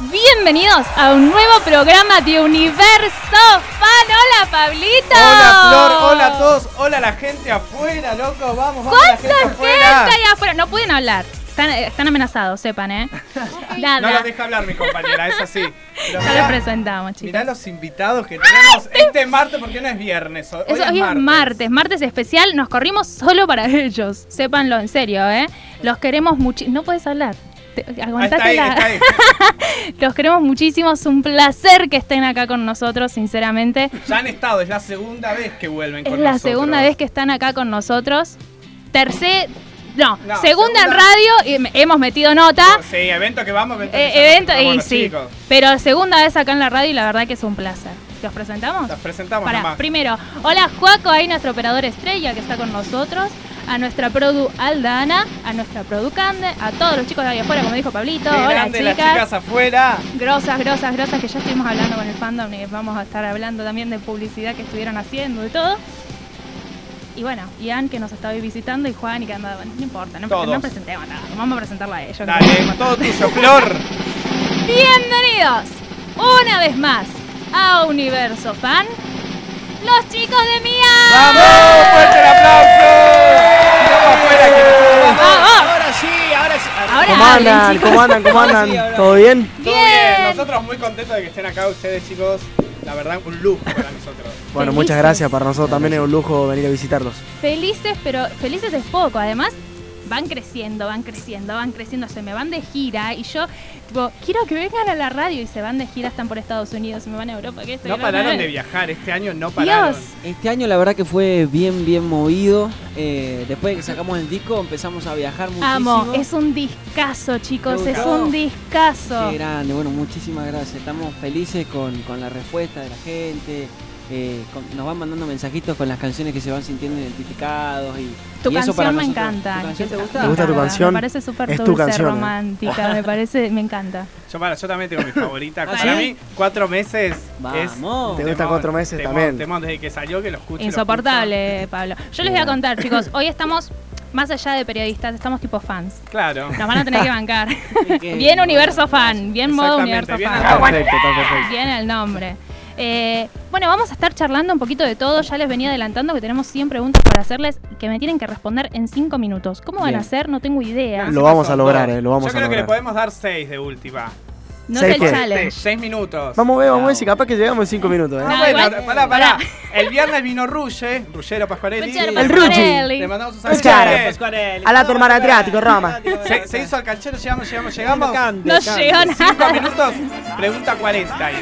bienvenidos a un nuevo programa de Universo Fan. Hola, Pablito. Hola Flor, hola a todos, hola a la gente afuera, loco, vamos, vamos a ¿Cuánta la gente gente afuera. hay afuera? No pueden hablar. Están, eh, están amenazados, sepan, ¿eh? Nada. No los deja hablar mi compañera, es así. Pero ya mirá- los presentamos, chicos. Mirá los invitados que tenemos este martes, porque no es viernes, hoy, Eso, hoy es martes, martes especial, nos corrimos solo para ellos, sépanlo en serio, ¿eh? Los queremos muchísimo, no puedes hablar, Te- Ah, está aguantate ahí, la- está ahí. Los queremos muchísimo, es un placer que estén acá con nosotros, sinceramente. Ya han estado, es la segunda vez que vuelven Es con la nosotros. segunda vez que están acá con nosotros. Tercer, no, No, segunda, en segunda- radio, y me- hemos metido nota. Sí, evento que vamos, evento eh, que ya evento, nos vamos, y los sí. chicos. Pero segunda vez acá en la radio y la verdad que es un placer. ¿Los presentamos? Las presentamos Para, nomás. primero, hola Juaco, ahí nuestro operador estrella que está con nosotros, a nuestra produ Aldana, a nuestra producande, a todos los chicos de ahí afuera, como dijo Pablito, Qué hola grande chicas. las chicas afuera. Grosas, grosas, grosas, que ya estuvimos hablando con el fandom y vamos a estar hablando también de publicidad que estuvieron haciendo, de todo. Y bueno, Ian que nos estaba ahí visitando y Juan y que andaba, no importa, no, Todos. no presentemos nada, vamos a presentarla a ellos. que Dale, no- todo tuyo, Flor. Bienvenidos una vez más a Universo Fan, los chicos de Mía. ¡Vamos! ¡Fuerte el aplauso! Miramos afuera que- vamos. ¡Vamos! Ahora sí, ahora sí. Ahora ¿Cómo andan? hablen, chicos. ¿Cómo andan? ¿Cómo Ahora sí, ahora andan? ¿Todo bien? Todo Bien. bien. Nosotros muy contentos de que estén acá ustedes, chicos. La verdad, un lujo para nosotros. Bueno, Felices. muchas gracias. Para nosotros también es un lujo venir a visitarlos. Felices, pero felices es poco. Además, van creciendo, van creciendo, van creciendo. Se me van de gira y yo, tipo, quiero que vengan a la radio y se van de gira, están por Estados Unidos, se me van a Europa. Que esto, No que lo otro. pararon de viajar, este año no pararon. Dios. Este año la verdad que fue bien, bien movido. Eh, después de que sacamos el disco empezamos a viajar muchísimo. Amo, es un discazo, chicos, Me es gustó. un discazo. Qué grande, bueno, muchísimas gracias. Estamos felices con, con la respuesta de la gente. Eh, con- nos van mandando mensajitos con las canciones que se van sintiendo identificados y Tu y eso canción para me nosotros. encanta. ¿Tu canción te Me gusta? ¿Te gusta tu encanta, canción? Me parece súper Es tu dulce, canción, ¿eh? romántica, me parece, me encanta. Yo, para, yo también tengo mi favorita. ¿Ah, Para sí? mí, cuatro meses es. Vamos. Te gusta cuatro meses también. Temón, desde que salió que lo escucho. y lo Insoportable, Pablo. Yo les voy a contar, chicos, hoy estamos, más allá de periodistas, estamos tipo fans. escucho. Claro. Nos van a tener que bancar. Así que- Bien universo fan, bien modo Exactamente, universo bien fan. acá. Perfecto, está perfecto. Bien el nombre. Eh, bueno, vamos a estar charlando un poquito de todo. Ya les venía adelantando que tenemos 100 preguntas para hacerles que me tienen que responder en 5 minutos. ¿Cómo van a Bien. hacer? No tengo idea. Lo vamos a Son lograr, dos. eh, lo vamos Yo a creo que le lograr. podemos dar seis de última. No sé el ¿Sabes qué? Seis, challenge. seis minutos. Vamos a ver, vamos a ver si capaz que llegamos en cinco minutos. Ah, No, ¿eh? bueno, igual- pará, pará. El viernes vino Rulle, Rullero Pascuarelli. Ruggero El Pascuarelli. Le mandamos un Ruggero saludo. A la hermana Adriático, Roma. Se, se hizo al canchero, llegamos, llegamos, llegamos. No llegó Cinco nada. minutos, pregunta 40. ahí.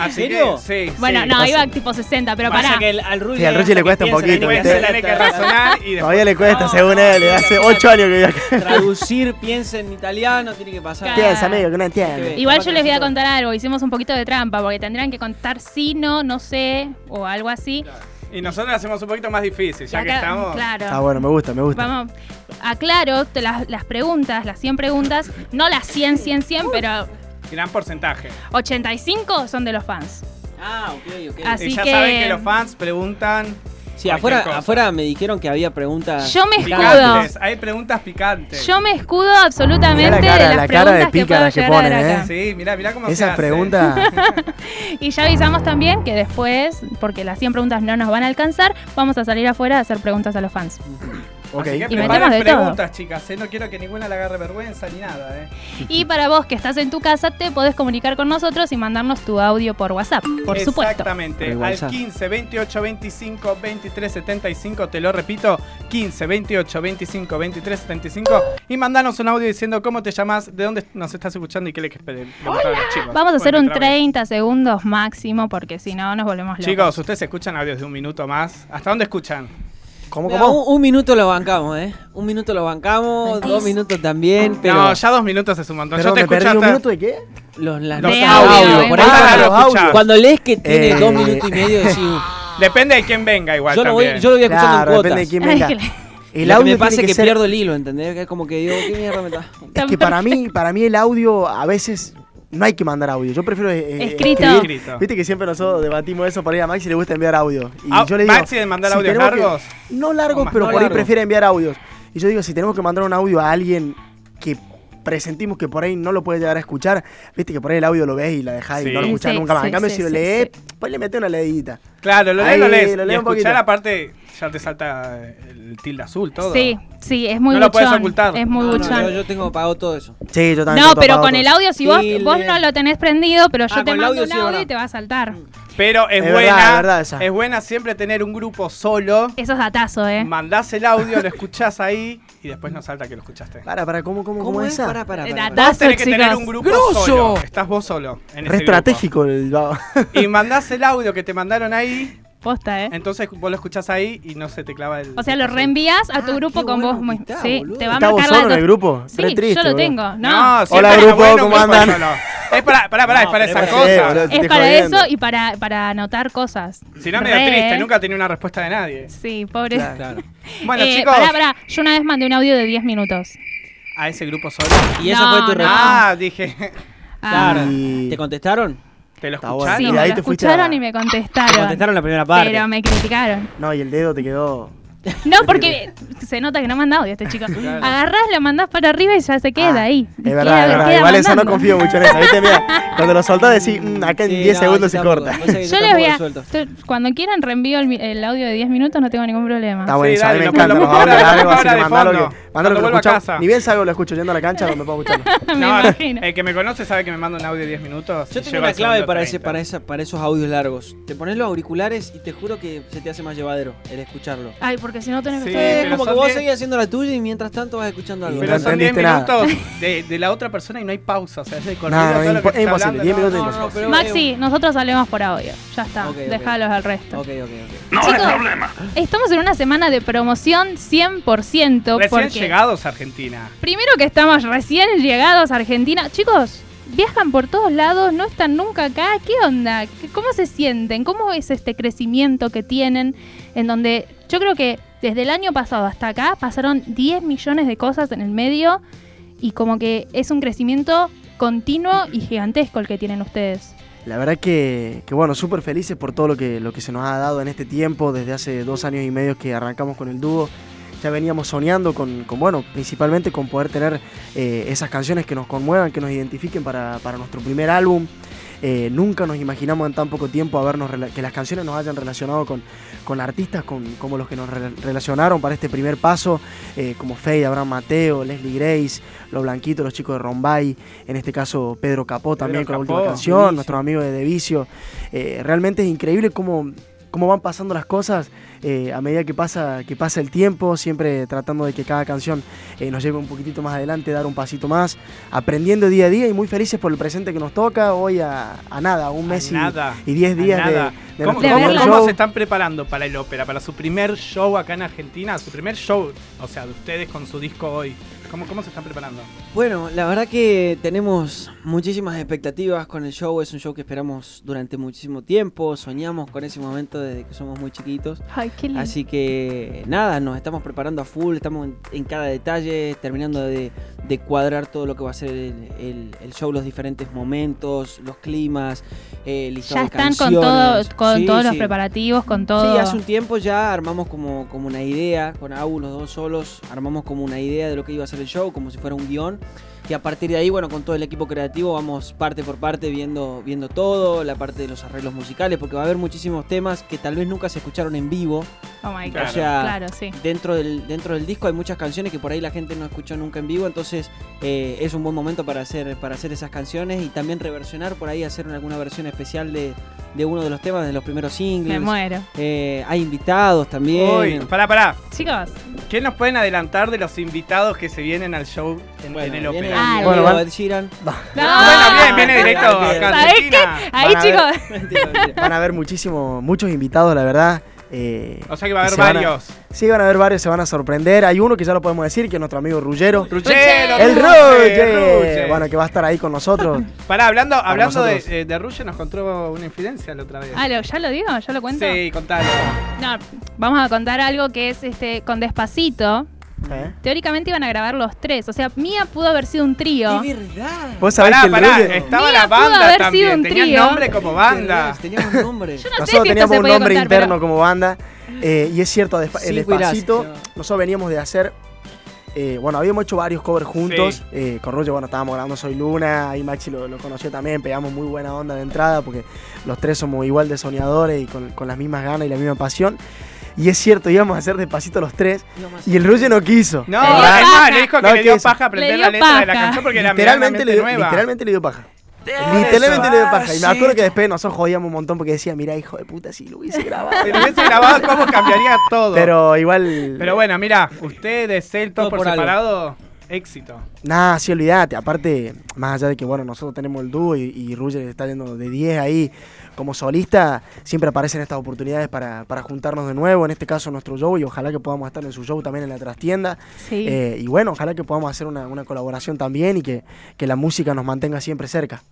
Así ¿En serio? que, sí. Bueno, sí. no, iba tipo 60, pero Pasa pará. que el- al Rulli Sí, al Rulli le cuesta un poquito, Después ¿viste? se tiene que razonar y después. Todavía le cuesta, No, según no, él. no, Hace no, ocho años que vive acá. Traducir, piensa en italiano, tiene que pasar. Claro. Piensa, amigo, que no entiende. Sí. Igual yo les voy a contar algo. Hicimos un poquito de trampa porque tendrían que contar si, no, no sé o algo así. Y nosotros lo hacemos un poquito más difícil, ya Y que acá- estamos. Claro. Está Ah, bueno, me gusta, me gusta. Vamos, aclaro te las, las preguntas, las 100 preguntas, no las 100, 100, 100, pero Gran porcentaje. 85 son de los fans. Ah, ok, ok. Así y ya que- saben que los fans preguntan. Sí, cualquier afuera, cosa. afuera me dijeron que había preguntas. Yo me escudo. Picantes, hay preguntas picantes. Yo me escudo absolutamente Mirá la cara, de las la cara de preguntas que puedo pícaras que ¿eh? llegar a dar ponen, acá. Sí, mirá, mirá cómo se Esa hace. pregunta. Y ya avisamos también que después, porque las 100 preguntas no nos van a alcanzar, vamos a salir afuera a hacer preguntas a los fans. Ok. Así que Y preparen metemos de todo. preguntas, chicas. eh, No quiero que ninguna le agarre vergüenza ni nada. Eh. Y para vos que estás en tu casa, te podés comunicar con nosotros y mandarnos tu audio por WhatsApp, por supuesto. Exactamente. Por Al WhatsApp. 15 28 25 23 75, te lo repito, 15 28 25 23 75 y mandanos un audio diciendo cómo te llamas, de dónde nos estás escuchando y qué le que esperen. Vamos a hacer un 30 segundos máximo porque si no nos volvemos locos. Chicos, ustedes escuchan audios de un minuto más. ¿Hasta dónde escuchan? ¿Cómo, Mira, cómo? un, un minuto lo bancamos, ¿eh? Un minuto lo bancamos, dos minutos también, pero No, ya dos minutos es un montón. Perdón, Yo ¿me te perdí escucho un hasta- minuto de qué? los, las- Los De audios. audio, por por ahí para los ahí cuando, lo escuchar. audios. cuando lees que tiene Eh, dos minutos y medio decís, Depende de quién venga igual yo lo voy, también. yo lo voy escuchando Claro, en depende de cuotas. quién venga. Ay, que El lo que audio me pasa tiene es que que ser pierdo el hilo, ¿entendés? Que es como que digo, ¿qué mierda me está? Es que para mí, para mí el audio a veces no hay que mandar audio. Yo prefiero eh, Escrito. escribir. Escrito. Viste que siempre nosotros debatimos eso para ir a Maxi le gusta enviar audio. Y Ah, yo le digo, ¿Maxi de mandar audios tenemos que- largos? no O largos, más pero no por ahí largos. prefiere enviar audios. Y yo digo, si tenemos que mandar un audio a alguien que presentimos que por ahí no lo puedes llegar a escuchar, viste que por ahí el audio lo ves y la dejás Sí. y no lo escuchás Sí, nunca más. sí, en cambio, sí, si lo sí, lees, sí. pues le metes una leidita. Claro, lo lees, Ahí, lo lees. lo lees y un poquito. escuchar aparte ya te salta el tilde azul todo. Sí, sí, es muy buchón. No lo puedes ocultar. Es muy No, no, buchón. yo, yo tengo pago todo eso. Sí, yo también. No, tengo pero pavor con el audio, si vos, Tilde. vos no lo tenés prendido, pero yo Ah, te con el mando audio un sí, audio verdad. Mm. y te va a saltar. Pero es, Es buena. verdad, es verdad esa. es buena siempre tener un grupo solo. Eso es datazo, ¿eh? Mandás el audio, lo escuchás ahí y después no salta que lo escuchaste. Para, para, ¿cómo, cómo, cómo, esa? Para, para, Eh, para. data- Vos tenés que Chicos. tener un grupo ¡Grosso! solo. Estás vos solo. En Re ese grupo. estratégico el vago. Y mandás el audio que te mandaron ahí, Posta, ¿eh? entonces vos lo escuchás ahí y no se te clava el. O sea, lo reenvías a tu Ah, grupo qué con bueno vos. que muy- está, sí, boludo. te va a ¿Estás vos marcar la solo en to- el grupo? Sí, Re triste, yo lo boludo. tengo. No, No, siempre Hola, está grupo, bueno un ¿cómo grupo andan? solo. Es para, para, para, es No, para pero esa bueno, sí, cosa. boludo. te es para jodiendo. eso y para, para anotar cosas. Si no, medio Re, triste, ¿eh? nunca tenía una respuesta de nadie. Sí, pobre. Claro. Bueno, Eh, chicos, Pará, pará. Yo una vez mandé un audio de 10 minutos. a ese grupo solo. Y eso No, fue tu no. respuesta. Ah, dije, Ah, Claro. Y- ¿Te contestaron? ¿te lo Está bueno. Sí, y escucharon? me ahí lo te fuiste a- escucharon y me Te contestaron. contestaron la primera parte. Pero me criticaron. No, y el dedo te quedó. No, porque se nota que no manda audio este chico. Claro. Agarrás, lo mandás para arriba y ya se queda Ah, ahí. Es Te verdad, queda- es verdad. queda Igual esa no mandando. confío mucho en eso. ¿Viste? Mira, cuando lo soltás decís, mm, acá en Sí, 10 no, yo segundos se tampoco. corta. Vos sabés que Yo les tampoco voy lo a. suelto. yo- Cuando quieran, reenvío el, mi- el audio de 10 minutos, no tengo ningún problema. Está bueno, Sí, eso, a mí dale, me lo encanta. pongo Vamos a ahora, hablar algo así, ahora de mandalo fondo, que, mandalo que cuando lo vuelva a escucho. casa. Ni bien salgo, lo escucho yendo a la cancha, me puedo escucharlo. Me No, eh, imagino. el que me conoce sabe que me manda un audio de 10 minutos. y Yo tengo llego una al clave segundo para, ese, 30. para, esa, para esos audios largos. Te pones los auriculares y te juro que se te hace más llevadero el escucharlo. Ay, porque si no tenés que Sí, estar- Eh, pero como que son vos diez- seguís haciendo la tuya y mientras tanto vas escuchando no algo. Pero son 10 entendiste nada. minutos de, de la otra persona y no hay pausa. O sea, es el corrido No, no, todo lo que está impo- es imposible, hablando, 10 minutos no, es no, no, imposible. pero- Maxi, nosotros hablemos por audio. Ya está. Ok, ok. Dejalos al resto. Ok, ok, ok. No problema. Estamos en una semana de promoción 100%. Recién porque llegados a Argentina. Primero que estamos recién llegados a Argentina. Chicos, viajan por todos lados, no están nunca acá. ¿Qué onda? ¿Qué- ¿Cómo se sienten? ¿Cómo es este crecimiento que tienen? En donde yo creo que desde el año pasado hasta acá pasaron 10 millones de cosas en el medio y como que es un crecimiento continuo y gigantesco el que tienen ustedes. La verdad que, que bueno, súper felices por todo lo que, lo que se nos ha dado en este tiempo, desde hace dos años y medio que arrancamos con el dúo. Ya veníamos soñando con, con, bueno, principalmente con poder tener eh, esas canciones que nos conmuevan, que nos identifiquen para, para nuestro primer álbum. Eh, nunca nos imaginamos en tan poco tiempo habernos rela- que las canciones nos hayan relacionado con, con artistas con- como los que nos re- relacionaron para este primer paso, eh, como Fey, Abraham Mateo, Leslie Grace, Los Blanquitos, los chicos de Rombay, en este caso Pedro Capó también con la Capó, última canción, buenísimo. nuestros amigos de De Vicio. Eh, realmente es increíble cómo, cómo van pasando las cosas eh, a medida que pasa, que pasa el tiempo, siempre tratando de que cada canción eh, nos lleve un poquitito más adelante, dar un pasito más, aprendiendo día a día y muy felices por el presente que nos toca hoy a, a nada, a un A mes y, nada, y diez a días de, nada. De ¿Cómo, de nuestro cómo- primer verla. cómo show. se están preparando para el ópera, para su primer show acá en Argentina? Su primer show, o sea, de ustedes con su disco hoy. ¿Cómo, cómo se están preparando? Bueno, la verdad que tenemos muchísimas expectativas con el show. Es un show que esperamos durante muchísimo tiempo. Soñamos con ese momento desde que somos muy chiquitos. Ay, qué lindo. Así que nada, nos estamos preparando a full, estamos en, en cada detalle, terminando de, de cuadrar todo lo que va a ser el, el- el show, los diferentes momentos, los climas, eh, el listado ya de están con, canciones. todo, con Sí, todos los sí. preparativos, con todo. Sí, hace un tiempo ya armamos como, como una idea, con Abu, los dos solos, armamos como una idea de lo que iba a ser el show, como si fuera un guión. Y a partir de ahí, bueno, con todo el equipo creativo vamos parte por parte viendo, viendo todo, la parte de los arreglos musicales, porque va a haber muchísimos temas que tal vez nunca se escucharon en vivo. Oh my God. Claro. O sea, Claro, sí. dentro del, dentro del disco hay muchas canciones que por ahí la gente no escuchó nunca en vivo, entonces eh, es un buen momento para hacer, para hacer esas canciones y también reversionar por ahí, hacer alguna versión especial de, de uno de los temas, de los primeros Me singles. muero. Eh, hay invitados Uy, también. pará, pará. Chicos, ¿Qué nos pueden adelantar de los invitados que se vienen al show en, Bueno, en el viene Ah. ópera? Ah, mi Bueno, amigo van- Ed Sheeran. no. Bueno, bien, viene directo acá a Ah. ¿Sabés Argentina. ahí Van a chicos. Mentira, mentira. Van a haber muchísimo, muchos invitados, la verdad. Eh, O sea que va a haber se van a- varios. sí, van a haber varios, se van a sorprender. Hay uno que ya lo podemos decir, que es nuestro amigo Rullero. Ruggero, El Ruggero. Rulle. Bueno, que va a estar ahí con nosotros. Pará, hablando, hablando de, nosotros. eh, de Ruggero, nos contó una infidencia la otra vez. Ah, ¿lo- ¿ya lo digo? ¿Ya lo cuento? sí, contalo. No, vamos a contar algo que es este con Despacito. ¿Eh? Teóricamente iban a grabar los tres. O sea, Mía pudo haber sido un trío. ¡Qué verdad! Vos sabés Pará, que el pará, este, Rulle- estaba Mira, la pudo banda haber sido también. un Tenía trío. nombre como banda. Teníamos nombre. Yo no sé si Nosotros esto teníamos se un podía nombre contar, interno pero- como banda eh, y es cierto, despa- el Cinco y las, despacito, no. nosotros veníamos de hacer eh, bueno, habíamos hecho varios covers juntos. Sí. eh, con Roger, bueno, estábamos grabando Soy Luna, ahí Maxi lo, lo conoció también, pegamos muy buena onda de entrada porque los tres somos igual de soñadores y con, con las mismas ganas y la misma pasión. Y es cierto, íbamos a hacer despacito los tres y el Roger no quiso. Le No, dio es paja. más, le dijo que No, le que dio eso. paja aprender Le la dio letra de la paja. canción porque era Literalmente le, dio, nueva. literalmente le dio paja. Literalmente le dio paja. Y me acuerdo que después nosotros jodíamos un montón porque decía, mira, hijo de puta, si lo hubiese grabado. Si lo hubiese grabado, ¿cómo cambiaría todo? Pero igual. Pero bueno, mira, ustedes, él, todo Todo por, por algo. separado, éxito. Nada, sí, olvídate. Aparte, más allá de que, bueno, nosotros tenemos el dúo y, y Ruger está yendo de 10 ahí como solista, siempre aparecen estas oportunidades para, para juntarnos de nuevo, en este caso nuestro show, y ojalá que podamos estar en su show también en la trastienda. Sí. Eh, y bueno, ojalá que podamos hacer una, una colaboración también y que, que la música nos mantenga siempre cerca.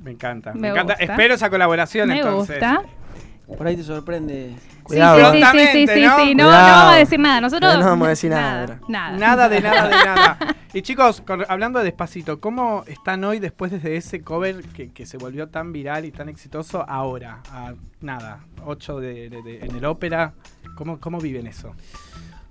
Me encanta, me, Me encanta. gusta. Espero esa eh, colaboración me entonces. gusta. Por ahí te sorprende. Cuidado, sí, sí, sí, sí, sí, sí, ¿no? sí. No, no Cuidado. vamos a decir nada. Nosotros No, no vamos a decir nada, Nada. bro. nada. Nada de nada de nada. Y chicos, con- hablando de despacito, ¿cómo están hoy después de ese cover que, que se volvió tan viral y tan exitoso ahora? A nada, 8 de, de- de- en el ópera. ¿Cómo, ¿Cómo viven eso?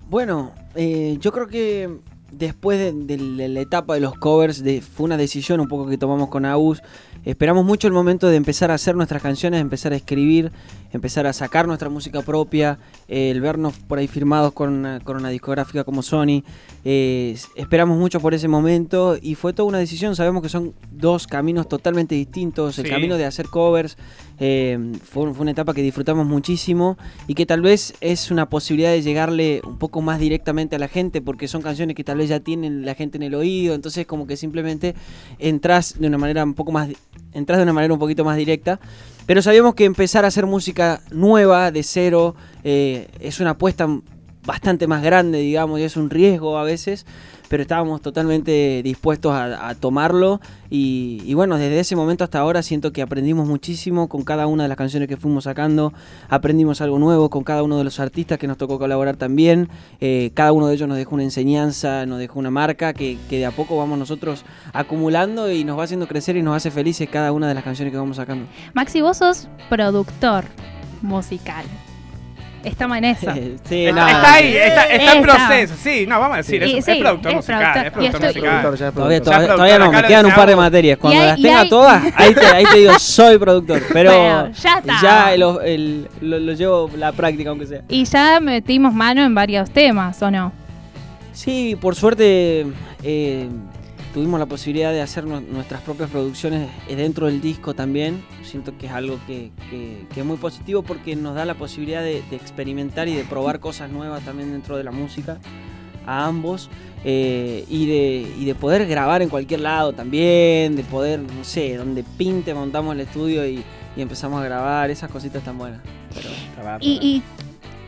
Bueno, eh, yo creo que después de, de la la etapa de los covers, de, fue una decisión un poco que tomamos con Agus. Esperamos mucho el momento de empezar a hacer nuestras canciones, empezar a escribir, empezar a sacar nuestra música propia, eh, el vernos por ahí firmados con una, con una discográfica como Sony. Eh, s- esperamos mucho por ese momento y fue toda una decisión. Sabemos que son dos caminos totalmente distintos. El Sí. camino de hacer covers eh, fue, un- fue una etapa que disfrutamos muchísimo y que tal vez es una posibilidad de llegarle un poco más directamente a la gente porque son canciones que tal vez ya tienen la gente en el oído. Entonces como que simplemente entras de una manera un poco más... di- Entras de una manera un poquito más directa. Pero sabíamos que empezar a hacer música nueva, de cero, eh, es una apuesta bastante más grande, digamos, y es un riesgo a veces, pero estábamos totalmente dispuestos a, a tomarlo. Y, y bueno, desde ese momento hasta ahora siento que aprendimos muchísimo con cada una de las canciones que fuimos sacando, aprendimos algo nuevo con cada uno de los artistas que nos tocó colaborar también, eh, cada uno de ellos nos dejó una enseñanza, nos dejó una marca que, que de a poco vamos nosotros acumulando y nos va haciendo crecer y nos hace felices cada una de las canciones que vamos sacando. Maxi, vos sos productor musical. Estamos en eso. Sí, está, no, está ahí, está, está en Está. proceso. Sí, no, vamos a decir, Y es, sí, es productor es musical. productor. Es Y productor estoy- musical. Productor, ya es Todavía, productor. Ya todavía- productor, todavía acá no, lo me quedan un par de deseamos. materias. Cuando Y hay- las y tenga hay- todas, ahí te, ahí te digo, soy productor. Pero Bueno, ya está. ya el- el- lo, lo llevo la práctica, aunque sea. Y ya metimos mano en varios temas, ¿o no? Sí, por suerte eh, tuvimos la posibilidad de hacer nu- nuestras propias producciones eh, dentro del disco también. Siento que es algo que, que- que es muy positivo porque nos da la posibilidad de, de experimentar y de probar cosas nuevas también dentro de la música a ambos eh, y, de, y de poder grabar en cualquier lado también, de poder, no sé, donde pinte montamos el estudio y, y empezamos a grabar, esas cositas tan buenas. Pero- Y, y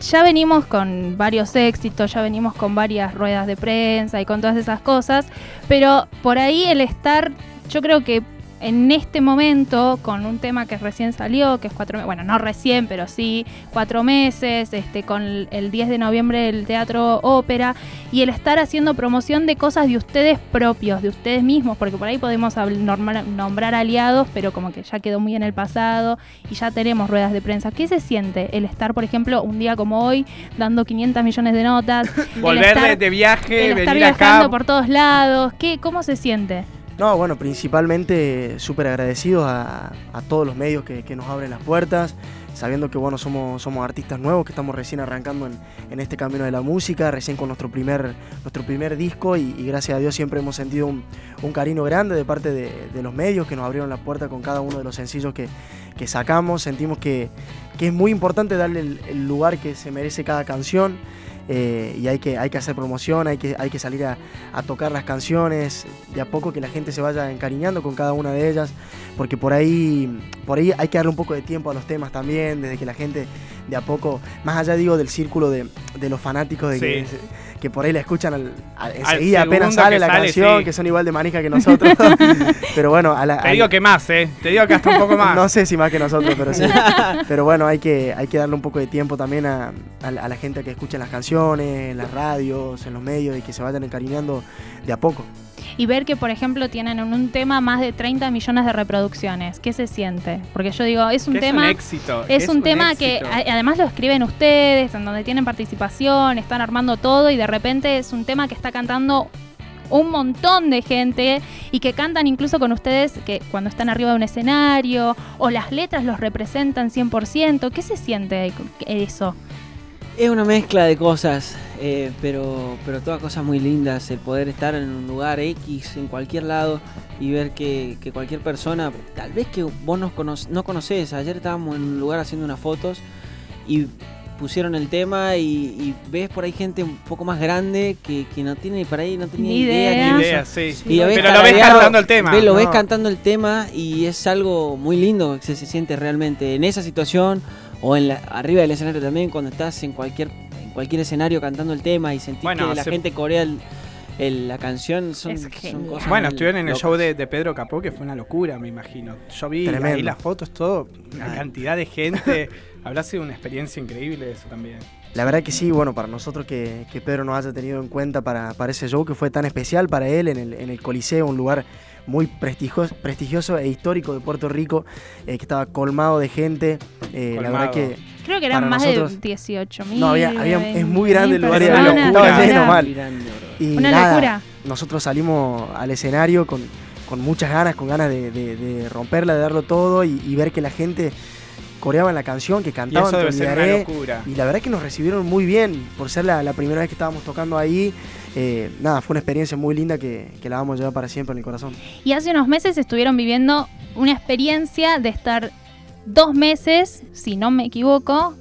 ya venimos con varios éxitos, ya venimos con varias ruedas de prensa y con todas esas cosas, pero por ahí el estar, yo creo que en este momento, con un tema que recién salió, que es cuatro meses, bueno, no recién, pero sí, cuatro meses, este, con el- el 10 de noviembre el Teatro Ópera, y el estar haciendo promoción de cosas de ustedes propios, de ustedes mismos, porque por ahí podemos habl- norma- nombrar aliados, pero como que ya quedó muy en el pasado, y ya tenemos ruedas de prensa. ¿Qué se siente el estar, por ejemplo, un día como hoy, dando 500 millones de notas? el Volver de- estar- de viaje, el estar venir viajando acá. por todos lados. ¿Qué, ¿Cómo se siente? No, bueno, principalmente súper agradecidos a, a todos los medios que, que nos abren las puertas, sabiendo que bueno, somos, somos artistas nuevos, que estamos recién arrancando en, en este camino de la música, recién con nuestro primer, nuestro primer disco y, y gracias a Dios siempre hemos sentido un, un cariño grande de parte de, de los medios que nos abrieron la puerta con cada uno de los sencillos que, que sacamos, sentimos que, que es muy importante darle el, el lugar que se merece cada canción. eh, y hay que, hay que hacer promoción, hay que, hay que salir a, a tocar las canciones, de a poco que la gente se vaya encariñando con cada una de ellas, porque por ahí, por ahí hay que darle un poco de tiempo a los temas también, desde que la gente de a poco, más allá digo del círculo de, de los fanáticos de Sí. que, que por ahí la escuchan al, al- enseguida, segundo apenas sale que la sale, canción, sí. que son igual de manija que nosotros, pero bueno, a la, Te al- digo que más, ¿eh? Te digo que hasta un poco más. no sé si más que nosotros, pero sí. pero bueno, hay que, hay que darle un poco de tiempo también a, a la a la gente que escucha las canciones, en las radios, en los medios y que se vayan encariñando de a poco. y ver que, por ejemplo, tienen en un tema más de 30 millones de reproducciones? ¿Qué se siente? Porque yo digo, es un Que tema... es un éxito. Es, un, tema que éxito. a- además lo escriben ustedes, en donde tienen participación, están armando todo y de repente es un tema que está cantando un montón de gente y que cantan incluso con ustedes que cuando están arriba de un escenario o las letras los representan 100%. ¿Qué se siente eso? Es una mezcla de cosas, eh, pero, pero todas cosas muy lindas. El poder estar en un lugar X, en cualquier lado, y ver que, que cualquier persona, tal vez que vos nos cono- no conocés. Ayer estábamos en un lugar haciendo unas fotos y pusieron el tema y, y ves por ahí gente un poco más grande que, que no tiene para ahí, no tenía Ni idea. idea. quiénes Idea, sí. y lo ves Pero lo ves tarareado, cantando el tema. ve- lo ves No. cantando el tema y es algo muy lindo que se, se siente realmente en esa situación o en la, arriba del escenario también cuando estás en cualquier en cualquier escenario cantando el tema y sentís Bueno, que la se- gente corea el- el- la canción son, Es son genial. cosas Bueno, muy estuvieron en el locas. show de, de Pedro Capó, que fue una locura, me imagino. Yo vi Tremendo. ahí las fotos, todo, la Ay. cantidad de gente. Habrá sido una experiencia increíble eso también. La verdad que sí, bueno, para nosotros que, que Pedro nos haya tenido en cuenta para, para ese show que fue tan especial para él en el, en el Coliseo, un lugar muy prestigioso, prestigioso e histórico de Puerto Rico, eh, que estaba colmado de gente. eh, la Colmado. verdad que Creo que eran Para más nosotros- de 18 mil. No, había- había- es muy grande el lugar y era había locura. Era lleno, mal. Mirando, bro. Y Una nada, locura. Nosotros salimos al escenario con, con muchas ganas, con ganas de, de- de romperla, de darlo todo y, y ver que la gente coreaba la canción, que Y cantaban eso debe Te ser una Olvidaré. locura. Y la verdad que nos recibieron muy bien, por ser la, la primera vez que estábamos tocando ahí. Eh, nada, fue una experiencia muy linda que, que la vamos a llevar para siempre en el corazón. Y hace unos meses estuvieron viviendo una experiencia de estar dos meses, si no me equivoco,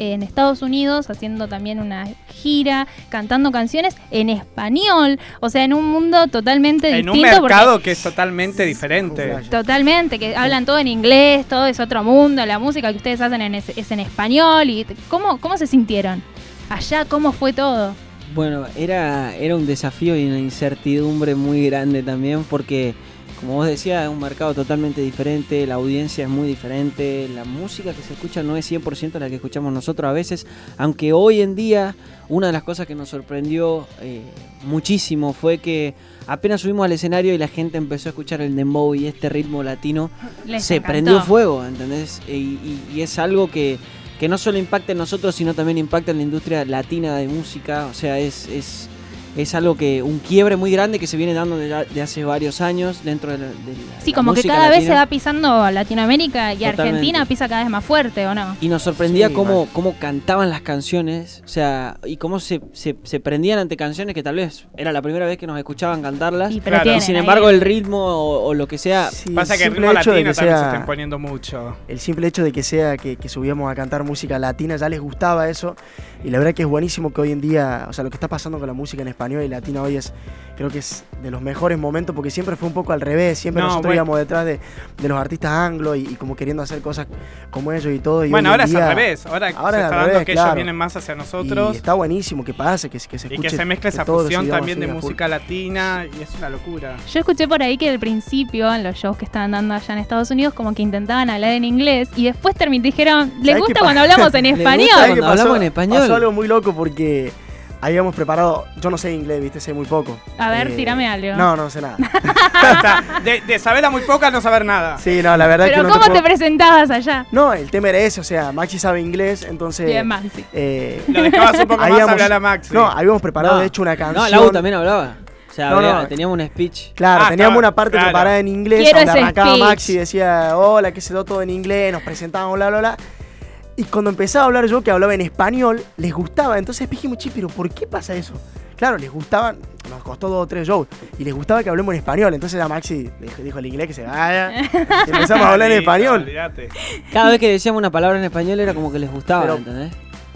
en Estados Unidos, haciendo también una gira, cantando canciones en español, o sea, en un mundo totalmente En un distinto. porque- mercado que es totalmente diferente. Totalmente, que hablan todo en inglés, todo es otro mundo, la música que ustedes hacen en es, es en español. y t- ¿cómo, ¿Cómo se sintieron? Allá, ¿cómo fue todo? Bueno, era, era un desafío y una incertidumbre muy grande también porque, como vos decías, es un mercado totalmente diferente, la audiencia es muy diferente, la música que se escucha no es 100% la que escuchamos nosotros a veces, aunque hoy en día una de las cosas que nos sorprendió eh, muchísimo fue que apenas subimos al escenario y la gente empezó a escuchar el dembow y este ritmo latino Les se encantó. prendió fuego, ¿entendés? Y, y- y es algo que, que no solo impacta en nosotros, sino también impacta en la industria latina de música. O sea, es, es, es algo que, un quiebre muy grande que se viene dando de, la- de hace varios años dentro de la, de la- Sí, la como que música cada vez se latina. va pisando Latinoamérica y Totalmente. Argentina pisa cada vez más fuerte, ¿o no? Y nos sorprendía Sí, cómo, cómo cantaban las canciones, o sea, y cómo se, se, se prendían ante canciones que tal vez era la primera vez que nos escuchaban cantarlas. Y, Y, pero Claro. tienen sin ahí- embargo, el ritmo o, o lo que sea Sí, Pasa que el simple ritmo hecho latino de también se sea- estén poniendo mucho. El simple hecho de que sea que, que subíamos a cantar música latina ya les gustaba eso. Y la verdad que es buenísimo que hoy en día, o sea, lo que está pasando con la música en español y latina hoy es, creo que es de los mejores momentos porque siempre fue un poco al revés. Siempre No, nosotros bueno. íbamos detrás de, de los artistas anglo y, y como queriendo hacer cosas como ellos y todo. Y Bueno, hoy en ahora es día- al revés. Ahora, se ahora es está al dando revés, que claro. ellos vienen más hacia Y nosotros. está buenísimo que pase, que, se- que se Y, escuche. que se mezcla esa de todos los fusión idiomas, también sí, de a full. música latina. Y es una locura. Yo escuché por ahí que al principio, en los shows que estaban dando allá en Estados Unidos, como que intentaban hablar en inglés y después termin- dijeron, ¿les qué gusta pa- cuando hablamos en gusta español? cuando ¿Sabes qué hablamos en español. Pasó algo muy loco porque habíamos preparado, yo no sé inglés, viste, sé muy poco. Eh, A ver, tirame algo. No, no sé nada. O sea, de, de saber a muy poca, no saber nada. Sí, no, la verdad es que Pero no ¿cómo te, puedo- presentabas allá? No, el tema era ese, o sea, Maxi sabe inglés, entonces... Bien, Maxi. eh, Lo dejabas un poco más habíamos- hablar a Maxi. No, habíamos preparado, No, de hecho, una canción... No, Lau también hablaba. O sea, No, hablaba- no. teníamos un speech. Claro, Ah, teníamos claro, una parte claro. preparada en inglés, Quiero donde ese arrancaba speech. Maxi, decía, hola, que se dio todo en inglés, nos presentábamos, bla, bla, bla. Y cuando empezaba a hablar yo, que hablaba en español, les gustaba. Entonces dijimos, che, pero ¿por qué pasa eso? Claro, les gustaban, nos costó dos o tres shows, y les gustaba que hablemos en español. Entonces a Maxi le dijo, dijo el inglés que se vaya. y empezamos a hablar en Listo, español. olvídate. Cada vez que decíamos una palabra en español era como que les gustaba, Pero- ¿entendés?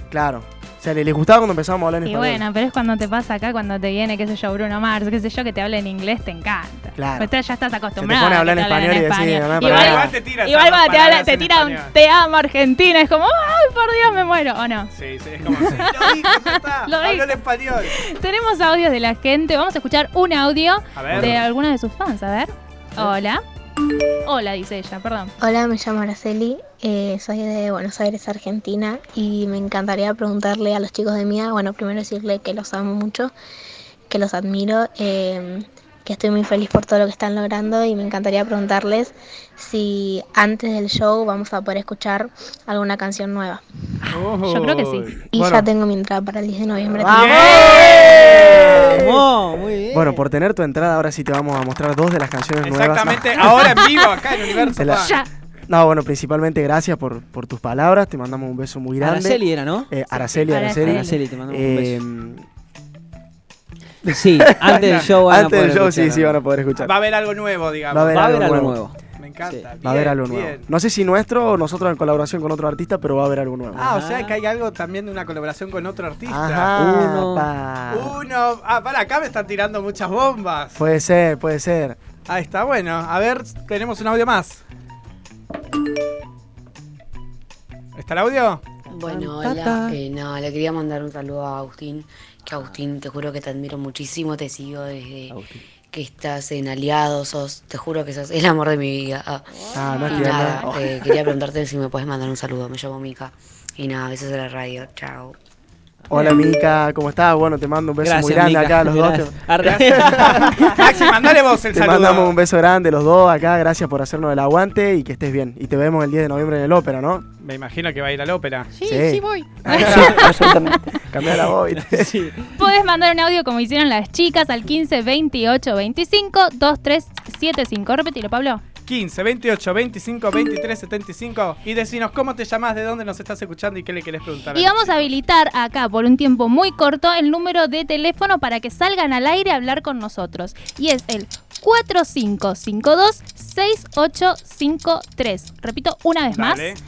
Claro. O sea, le- les gustaba cuando empezábamos a hablar en Y español. bueno, pero es cuando te pasa acá, cuando te viene, qué sé yo, Bruno Mars, qué sé yo, que te habla en inglés, te encanta. Claro. Pues te- ya estás acostumbrado. pone que a hablar en te hablen español y decís, "Mamá, Igual- pará". Igual te tiras Igual a cuando te, palabras habla- te en tira un español. te amo Argentina, es como, ay, por Dios, me muero, ¿o no? Sí, sí, es como así. Lo dijo, ya está. Lo Habló dijo. en español. Tenemos audios de la gente, vamos a escuchar un audio A de ver. alguna de sus fans, a ver. Hola. Hola, dice ella, perdón. Hola, me llamo Araceli, eh, soy de Buenos Aires, Argentina, y me encantaría preguntarle a los chicos de MIA, bueno, primero decirle que los amo mucho, que los admiro, eh, que estoy muy feliz por todo lo que están logrando y me encantaría preguntarles si antes del show vamos a poder escuchar alguna canción nueva. Yo creo que sí. Y Bueno. ya tengo mi entrada para el 10 de noviembre. ¡Vamos! ¡Vamos! Muy bien. Bueno, pues, por tener tu entrada, ahora sí te vamos a mostrar dos de las canciones nuevas. No. Exactamente, ahora en vivo, acá en Universo. Se la- pa. Ya. No, bueno, principalmente gracias por, por tus palabras. Te mandamos un beso muy grande. Araceli era, ¿no? Eh, Araceli, Araceli. Araceli. Araceli, te mandamos un Eh, beso. Sí, antes del show van a antes del poder show, sí, escucharlo. sí, van a poder escuchar. Va a haber algo nuevo, digamos. Va a haber Va a algo haber algo nuevo. nuevo. Me encanta. Sí. Va a haber bien, algo nuevo. bien. No sé si nuestro o nosotros en colaboración con otro artista, pero va a haber algo nuevo. Ah, o Ajá. sea que hay algo también de una colaboración con otro artista. Ajá, Uno. pa. Uno. Ah, para acá me están tirando muchas bombas. Puede ser, puede ser. Ahí está, bueno. A ver, tenemos un audio más. ¿Está el audio? Bueno, Tan, ta, hola. ta. Eh, no, le quería mandar un saludo a Agustín. Que Agustín, te juro que te admiro muchísimo. Te sigo desde Agustín. que estás en Aliados. Sos, te juro que sos el amor de mi vida. Ah, Ah, no es y tierna. nada, Oh. eh, quería preguntarte si me puedes mandar un saludo. Me llamo Mica. Y nada, besos de la radio. Chao. Hola, Mica, ¿cómo estás? Bueno, te mando un beso muy grande Mica. acá a los dos. Gracias. Arre- Maxi, mandale vos el Te saludo. mandamos un beso grande los dos acá, gracias por hacernos el aguante y que estés bien. Y te vemos el 10 de noviembre en el ópera, ¿no? Me imagino que va a ir a la ópera. Sí, Sí. sí voy. Absolutamente. Cambiar la voz. ¿viste? Podés mandar un audio como hicieron las chicas al 15 28 25 2375. Repetilo, Pablo. 15, 28, 25, 23, 75. Y decinos cómo te llamás, de dónde nos estás escuchando y qué le querés preguntar. Y los vamos a chicos. habilitar acá por un tiempo muy corto el número de teléfono para que salgan al aire a hablar con nosotros. Y es el 4552-6853. Repito una vez Dale. más.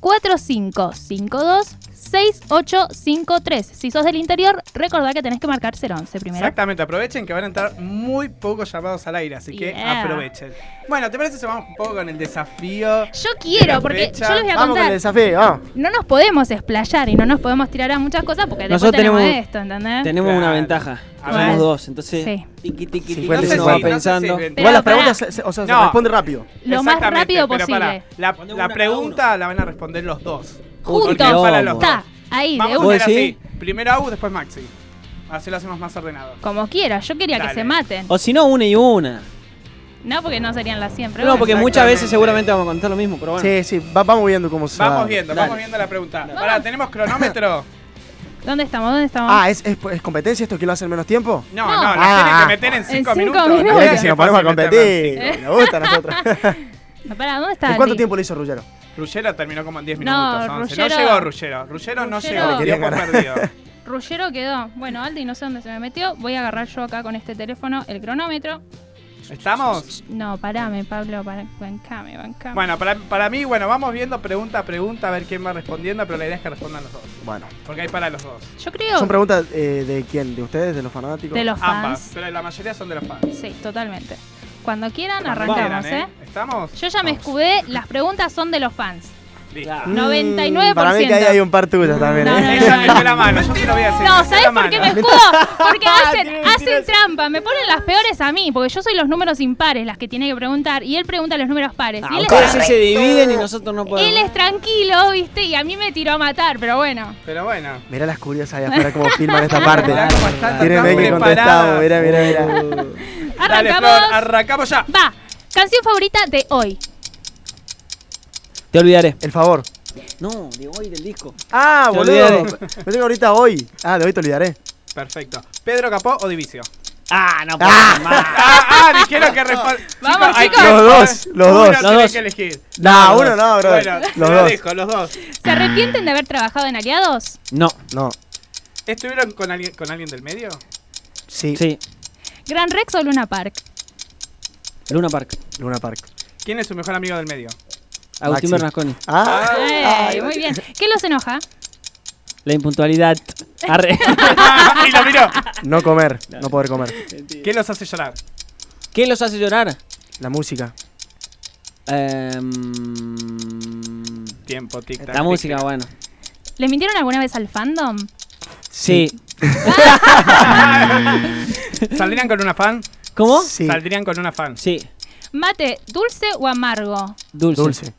4552-6853. Si sos del interior, recordá que tenés que marcar 011 primero. Exactamente, aprovechen que van a entrar muy pocos llamados al aire, así que Yeah. aprovechen. Bueno, ¿te parece si vamos un poco con el desafío? Yo quiero, La porque fecha. yo les voy a Vamos con el contar, desafío. vamos. no nos podemos explayar y no nos podemos tirar a muchas cosas porque después Nosotros tenemos, tenemos- esto, ¿entendés? Tenemos una Claro. ventaja. A Somos ver. dos, entonces. Sí. Tiqui, tiqui, tiqui, Cincuenta y uno va cinco. pensando. No sé si- Pero Igual las pará. preguntas, se- se- o sea, No. se responde rápido. Lo más Exactamente, rápido pero posible. pará, la, Ponemos la una cada pregunta la van a responder los dos. Porque Juntos. es para los Está, dos. ahí, de Vamos una. a ¿Vos hacer así. decís? Primero Agus, después Maxi. Así lo hacemos más ordenado. Como quiera, yo quería que Dale. se maten. O si no, una y una. No, porque no serían las siempre. No, porque muchas Exactamente. veces seguramente vamos a contar lo mismo, pero bueno. Sí, sí, va- vamos viendo cómo se va. Vamos viendo, Dale. vamos viendo la pregunta. Pará, ¿tenemos cronómetro? ¿Dónde estamos? ¿Dónde estamos? Ah, ¿es, es, es competencia esto? ¿Quién lo hace en menos tiempo? No, No. no, la Ah. tienen que meter en 5 cinco minutos. minutos. Mirá Mirá que si qué nos ponemos a fácil competir. meterla en cinco. Nos gusta a nosotros. eh. No, pará, ¿dónde está ¿En cuánto Ali? tiempo lo hizo Rullero? Ruggero terminó como en 10 No, minutos. 11. No Ruggero- llegó Ruggero. Ruggero no Ruggero- llegó. Le dio querían por ganar. perdido. Rullero quedó. Bueno, Aldi, no sé dónde se me metió. Voy a agarrar yo acá con este teléfono el cronómetro. ¿Estamos? No, parame, Pablo, para, bancame, bancame. Bueno, para, para mí, bueno, vamos viendo pregunta a pregunta a ver quién va respondiendo, pero la idea es que respondan los dos. Bueno, Porque hay para los dos. Yo creo son preguntas eh, de quién, de ustedes, de los fanáticos. de los Ambas, fans. pero la mayoría son de los fans. Sí, totalmente. Cuando quieran, Cuando arrancamos, ¿eh? quieran, ¿Estamos? Yo ya me Vamos. escudé, las preguntas son de los fans. Listo. Claro. Mm, 99%. Para mí que ahí hay un par tuyas también. No, ¿eh? no, Ella metió la mano, yo se lo voy a decir. No, metió ¿sabes la por qué me mano. Ah, escudo? Porque hacen, Tiene hacen mentiras. trampa, me ponen las peores a mí, porque yo soy los números impares las que tiene que preguntar y él pregunta los números pares. Ah, y él, ustedes sí se dividen y nosotros no podemos. él es tranquilo, ¿viste? Y a mí me tiró a matar, pero bueno. Pero bueno. Mirá las curiosas allá afuera cómo filman esta parte. Mirá cómo están, Tienen están ahí que contestamos, preparadas. mirá, mirá, mirá. Uh. Dale, Arrancamos. Flor, arrancamos ya. Va, canción favorita de hoy. Te olvidaré. El favor. No, de hoy del disco. Ah, Te boludo. olvidaré. Me tengo ahorita hoy. Ah, de hoy te olvidaré. Perfecto. ¿Pedro Capó o Divicio? Ah, no, Ah. puedo más. Ah, ah, dijeron que responde. Vamos, hay chicos. que- Los dos, los dos. Uno Los tiene dos. que elegir. No, los uno dos. no, bro. Bueno, los lo dos. dejo, los dos. ¿Se arrepienten de haber trabajado en Aliados? No, No, ¿Estuvieron con alguien, con alguien del medio? sí. sí, ¿Gran Rex o Luna Park? Luna Park. Luna Park. ¿Quién es su mejor amigo del medio? Agustín Maxi. Bernasconi. Ah, Ey, ay, muy bien. ¿Qué los enoja? La impuntualidad. Arre. y lo miró. no comer, no poder comer. ¿Quién los hace llorar? ¿Qué los hace llorar? La música. Em, Tiempo, tic tac. la música, tic, tac. bueno. ¿Le mintieron alguna vez al fandom? Sí. ¿Saldrían con una fan? ¿Cómo? Sí. ¿Saldrían con una fan? Sí. ¿Mate dulce o amargo? Dulce. Dulce.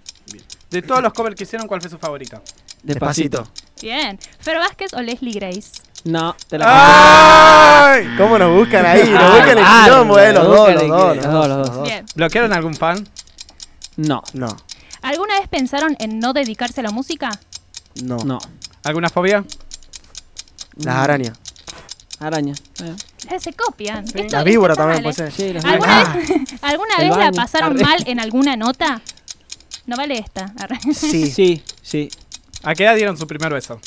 De todos los covers que hicieron, ¿cuál fue su favorito? Despacito. Bien. ¿Fer Vázquez o Leslie Grace? No, te la ¡Ay! ¿Cómo nos buscan ahí? Nos Ah, buscan el ah, quilombo, eh, los nos dos, buscan los el- dos, los los dos, dos, los los dos. dos. Bien. ¿Bloquearon algún fan? No, No, ¿Alguna vez pensaron en no dedicarse a la música? no. no. ¿Alguna fobia? Las arañas. Araña. eh. Eh, Se copian. Sí. Esto- La víbora esto también pues, está mal, puede ser. Sí, las ¿Alguna arañas. eh. ¿Alguna El vez la baño. pasaron Arre. mal en alguna nota? No vale esta. Arre. Sí. Sí, sí. ¿A qué edad dieron su primer beso?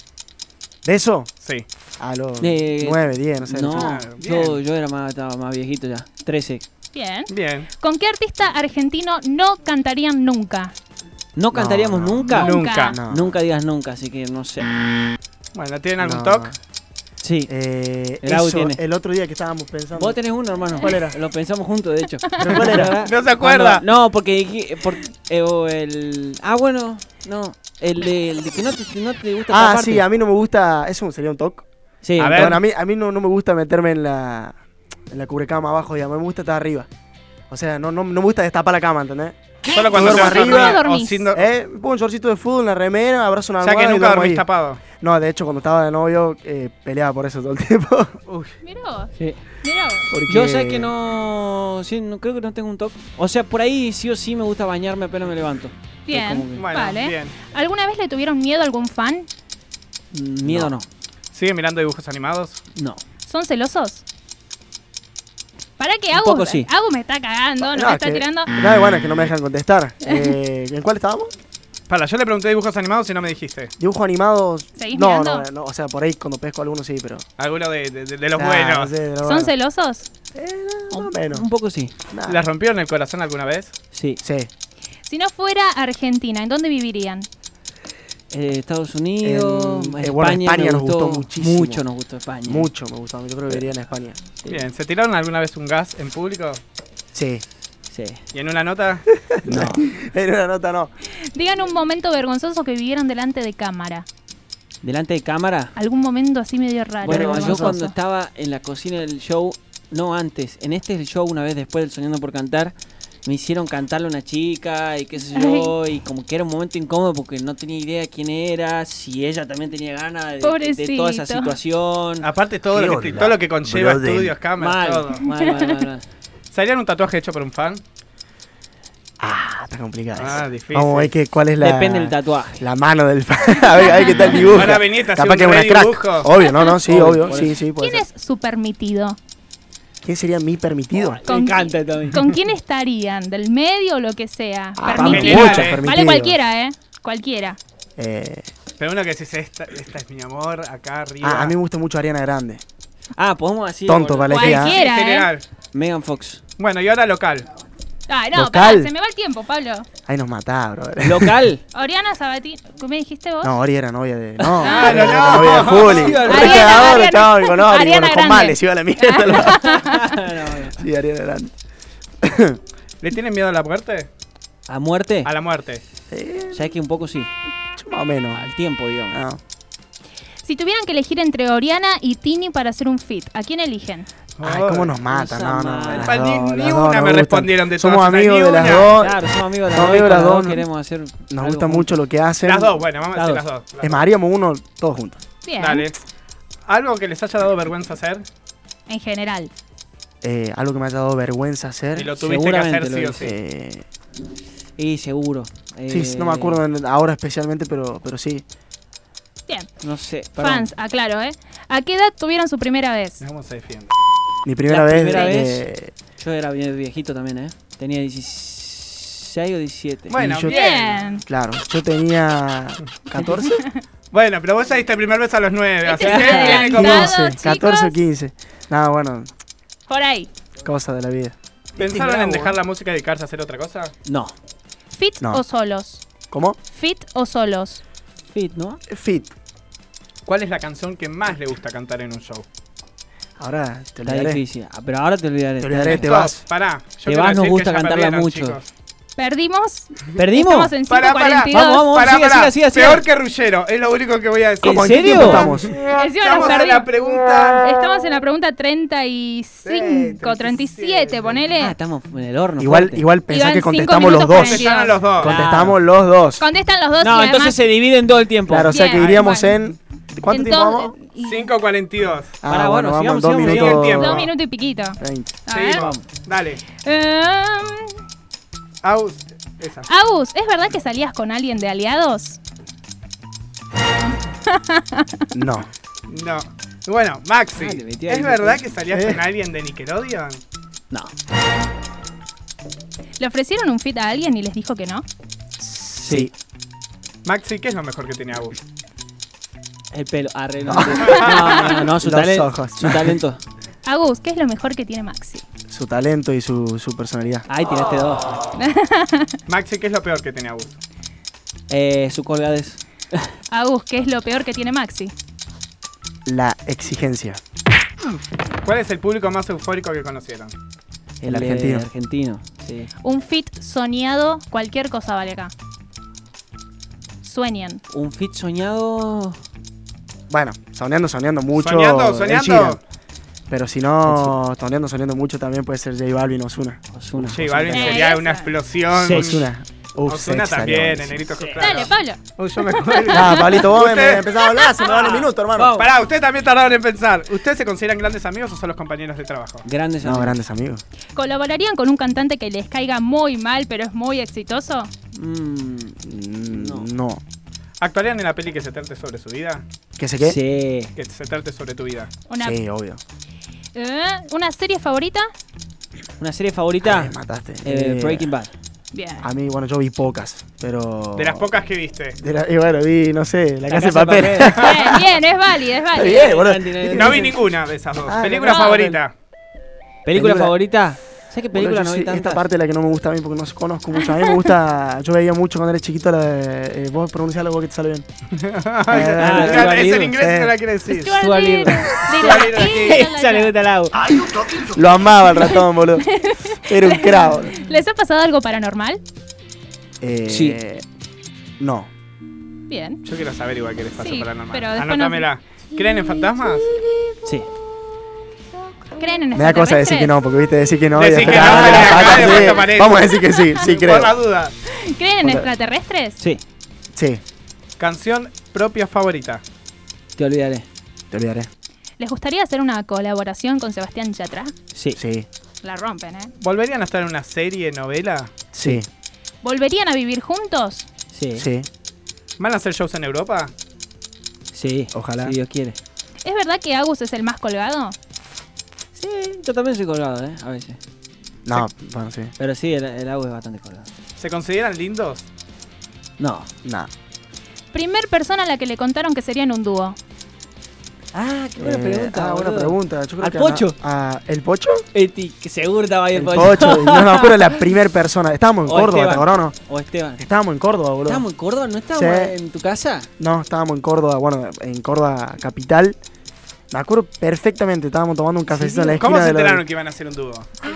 ¿De eso? Sí. A los Eh, 9, 10, no sé. No, Ah, yo, bien. yo era más, estaba más viejito ya. 13. Bien. Bien. ¿Con qué artista argentino no cantarían nunca? No cantaríamos no, nunca. no. Nunca. No. Nunca digas nunca, así que no sé. Bueno, ¿tienen No. algún toque? Sí. Eh, El Audi eso, tiene. el otro día que estábamos pensando. Vos tenés uno, hermano. ¿Cuál era? Lo pensamos juntos, de hecho. ¿Pero cuál era? No se acuerda. Cuando- no, porque dije- por- eh, o el. Ah, bueno, no. El de, el de que no te, no te gusta Ah, esta sí, parte. a mí no me gusta. Eso sería un toque. Sí, A a ver. ver. Bueno, a mí, a mí no, no me gusta meterme en la, en la cubrecama abajo, digamos. Me gusta estar arriba. O sea, no, no, no me gusta destapar la cama, ¿entendés? Solo cuando No se duermo va a arriba. dormir o dormís. sin do- Eh, me pongo un shortcito de fútbol, una remera, abrazo una O sea que almohada y nunca duermo dormís ahí. tapado. No, de hecho, cuando estaba de novio, eh, peleaba por eso todo el tiempo. Mirá vos, Sí. mirá vos. Porque- Yo sé que no, sí, no- Creo que no tengo un toque. O sea, por ahí sí o sí me gusta bañarme apenas me levanto. como que- Bien, Bueno, vale. bien. ¿Alguna vez le tuvieron miedo a algún fan? Mm, Miedo no. ¿Sigue mirando dibujos animados? No. ¿Son celosos? ¿Para qué Un Agus? poco sí. Agus me está cagando, nos es está que- tirando. No, bueno, es que no me dejan contestar. Eh, ¿En cuál estábamos? Para, yo le pregunté dibujos animados y no me dijiste. ¿Dibujo animado? ¿Seguís no, mirando? no, no, o sea, por ahí cuando pesco alguno sí, pero... Alguno de, de- de- de los Nah, no buenos. sé, pero ¿Son bueno. celosos? Eh, no, Un, más o menos. un poco sí. Nah. ¿Las rompieron el corazón alguna vez? Sí. Sí. Si no fuera Argentina, ¿en dónde vivirían? Eh, Estados Unidos, En- España, eh, bueno, España nos nos gustó, gustó muchísimo. Mucho nos gustó España. Mucho me gustaba. Yo creo que iría en España. Mm. Bien. ¿Se tiraron alguna vez un gas en público? Sí. Sí. ¿Y en una nota? No. En una nota no. Digan un momento vergonzoso que vivieron delante de cámara. Delante de cámara. Algún momento así medio raro. Bueno, yo vergonzoso. cuando estaba en la cocina del show, no antes, en este show una vez después del Soñando por Cantar, me hicieron cantarle a una chica y qué sé yo, y como que era un momento incómodo porque no tenía idea quién era, si ella también tenía ganas de- de, de toda Pobrecito. esa situación. Aparte todo ¿Qué lo, que, onda, todo lo que conlleva brother? estudios, cámaras, Mal, todo. mal, mal, mal, mal. ¿Serían un tatuaje hecho por un fan? Ah, está complicado. Ah, eso. difícil. Vamos a ver que, cuál es la... Depende del tatuaje. La mano del... a ver, a ver qué tal dibujo. Ahora veniste a hacer Capaz un que es una re crack. dibujo. Obvio, no, no, sí, Obvio, obvio. por Sí, eso. sí, puede ¿Quién ser. es su permitido? ¿Quién sería mi permitido? Me encanta también. ¿Con quién estarían? ¿Del medio o lo que sea? Ah, vamos, permitido. muchos Vale permitidos. cualquiera, ¿eh? Cualquiera. Eh, Pero uno que decís, esta, esta es mi amor, acá arriba. ah, a mí me gusta mucho Ariana Grande. Ah, podemos decir. Tonto, bueno, vale. Cualquiera, En ¿eh? general. Megan Fox. Bueno, y ahora local. Ay, Ah, no, Local. pará, se me va el tiempo, Pablo. Ahí nos mataba, bro. Local. Oriana Sabatini, ¿qué me dijiste vos? No, Ori era novia de. No, Claro, Ori era Ah, no. novia de Juli. Ariana, Re cagador, Ariana. chaval, con Ori. Ariana Bueno, con Grande. Males iba a la mierda. No, no. sí, Ariana Grande. ¿Le tienen miedo a la muerte? ¿A muerte? A la muerte. Sí, ¿Sabes que un poco sí? más o menos. Al tiempo, digamos. No. Si tuvieran que elegir entre Oriana y Tini para hacer un fit, ¿a quién eligen? Ay, cómo nos mata. esa No, no. madre. las Ni- dos, ni una las dos nos me gustan. respondieron de Somos todas esas, amigos ni de las una. dos. Claro, somos amigos Somos de las dos. amigos y de las con las dos dos, queremos hacer. Nos gusta algo juntos. mucho lo que hacen. Las dos, bueno, vamos a Las decir las dos. dos. Las Es dos. más, haríamos uno todos juntos. Bien, Dale. ¿Algo que les haya dado vergüenza hacer? en general. Eh, algo que me haya dado vergüenza Y hacer. lo tuviste que hacer Seguramente lo sí o hice. sí. Eh, Y seguro. sí, Eh, no me acuerdo en- ahora especialmente, pero, pero sí. Bien, No sé. fans, aclaro, ¿eh? ¿A qué edad tuvieron su primera vez? Mirá ¿Cómo se defiende? Mi primera La vez. primera eh, Yo era bien viejito también, ¿eh? Tenía 16 o 17. Bueno, Y yo- bien. Bien. Claro, yo tenía 14. Bueno, pero vos ya diste el primer beso a los nueve, así que Este es viene adelantado. como... Claro, 15, 14 o chicos. 15. Nada, bueno, Por ahí. cosa de la vida. ¿Pensaron este en bravo, dejar eh. la música y dedicarse a hacer otra cosa? No. ¿Fit No. o solos? ¿Cómo? ¿Fit o solos? Fit, ¿no? Fit. ¿Cuál es la canción que más le gusta cantar en un show? Ahora te Está olvidaré. difícil. Ah, Pero ahora te olvidaré. Te olvidaré, te Stop, vas. Pará. Yo Te quiero vas, nos decir que gusta ya cantarla perdieron, mucho. chicos. ¿Perdimos? ¿Perdimos? Estamos en Pará, pará. 5.42. Vamos, vamos, Pará, siga, pará. siga, siga, siga. Peor que Rullero, es lo único que voy a decir. ¿Cómo? ¿En qué serio? tiempo estamos? Encima nos Estamos en perdimos. la pregunta... Estamos en la pregunta 35, 37, 37, ponele. Ah, estamos en el horno. Igual, fuerte. igual pensá Iban que cinco contestamos los minutos dos. cuarenta y Contestaron Ah. los dos. Claro. Contestamos los dos. Contestan los dos No, y entonces eh, además se divide en todo el tiempo. Claro, o sea Bien, que iríamos bueno. en ¿Cuánto tiempo vamos? Entonces, eh, y- 5.42. Ah, bueno, Pará, bueno, vamos sigamos, dos sigamos, minutos. sigamos. dos minutos y piquito. 20. A ver. Seguimos. Dale. Em, Aus. Esa. Agus, ¿es verdad que salías con alguien de aliados? No. No. Bueno, Maxi, Ah, le metí ahí, ¿es le verdad metí. que salías Eh. con alguien de Nickelodeon? No. ¿Le ofrecieron un fit a alguien y les dijo que no? Sí. Maxi, ¿qué es lo mejor que tiene Agus? El pelo. Arre, no. No, no, no, su, Los talen- ojos. su talento. Agus, ¿qué es lo mejor que tiene Maxi? Su talento y su, su personalidad. Ahí tiraste dos. Maxi, ¿qué es lo peor que tiene Agus? Eh, su colgades. Agus, ¿qué es lo peor que tiene Maxi? La exigencia. ¿Cuál es el público más eufórico que conocieron? El eh, argentino. argentino, sí. Un fit soñado, cualquier cosa vale acá. Sueñen. Un fit soñado. Bueno, soñando, soñando mucho. soñando, Ed soñando. Sheeran. Pero si no, soñando, soñando mucho también puede ser J Balvin o Ozuna. Osuna. Che, Balvin Eh, sería esa. una explosión. Sí, Ozuna. Uf, Ozuna sex, también, Daniel. en negrito claro. Dale, Pablo. Uy, yo me acuerdo. Ah, Pablito, vos me, Usted- me empezás a hablar, se me van los minutos, hermano. Pará, ustedes también tardaron en pensar. ¿Ustedes se consideran grandes amigos o son los compañeros de trabajo? Grandes No, amigos. grandes amigos. ¿Colaborarían con un cantante que les caiga muy mal, pero es muy exitoso? Mm, Mm, No. No. ¿Actuarían en la peli que se trate sobre su vida? ¿Qué sé qué? Sí. Que se trate sobre tu vida. Una, Sí, obvio. ¿Eh? ¿Una serie favorita? Una serie Ay, favorita. mataste. eh, Eh, Breaking Bad. Bien. A mí, bueno, yo vi pocas, pero... De las pocas que viste. de la- y bueno, vi, no sé, La, Casa de Papel. Bien, bien, es válido, es Está válido. bien, boludo. Andy, no, No vi ninguna de esas dos. Ah, ¿Película no, favorita? ¿Película Película- favorita? ¿Sabes qué Bueno, película yo no sí, vi tantas? Esta parte es la que no me gusta a mí porque no se- conozco mucho. A mí me gusta. Yo veía mucho cuando era chiquito la de. eh, vos pronunciala vos que te sale bien. Ah, Eh, Stuart Ah, es en Little, inglés sí. no la quiere decir. Stuart Stuart Little. Little. Little. Little King. Little. Esa le gusta al agua. Lo amaba el ratón, boludo. Era un cravo. ¿Les ha pasado algo paranormal? Eh, Sí. No. Bien. Yo quiero saber igual que les pasó Sí, paranormal. pero después no- Anótamela. ¿Creen en fantasmas? Sí. ¿Creen en Me da cosa decir que no, porque viste, decir que no. y Decir después, que no, ah, sale acá, ah, de sí, vuelta aparece. Vamos a decir que sí, sí creo. Por la duda. extraterrestres? ¿Creen en Hola. extraterrestres? Sí. Sí, Canción propia favorita. Te olvidaré. te olvidaré. ¿Les gustaría hacer una colaboración con Sebastián Yatra? Sí. Sí, La rompen, ¿eh? ¿Volverían a estar en una serie, novela? sí, ¿Volverían a vivir juntos? Sí. Sí. sí. ¿Van a hacer shows en Europa? Ojalá. Si Dios quiere. ¿Es verdad que Agus es el más colgado? Sí, yo también soy colgado, ¿eh? A veces. No, bueno, sí. Pero sí, el, el agua es bastante colgado. ¿Se consideran lindos? No. Nada. Primer persona a la que le contaron que serían un dúo. Ah, qué buena Eh, pregunta. Ah, buena boludo. pregunta. Yo creo ¿Al que Pocho? a- a- ¿El Pocho? Eti, que seguro estaba ahí El Pocho. y No me acuerdo la primera persona. Estábamos en O Córdoba, ¿te Esteban. acordás o no? O Esteban. Estábamos en Córdoba, boludo. ¿Estábamos en Córdoba? ¿No estábamos Sí. en tu casa? No, estábamos en Córdoba, bueno, en Córdoba capital. Me acuerdo perfectamente, estábamos tomando un cafecito en la esquina. ¿Cómo se de la- enteraron que iban a hacer un dúo?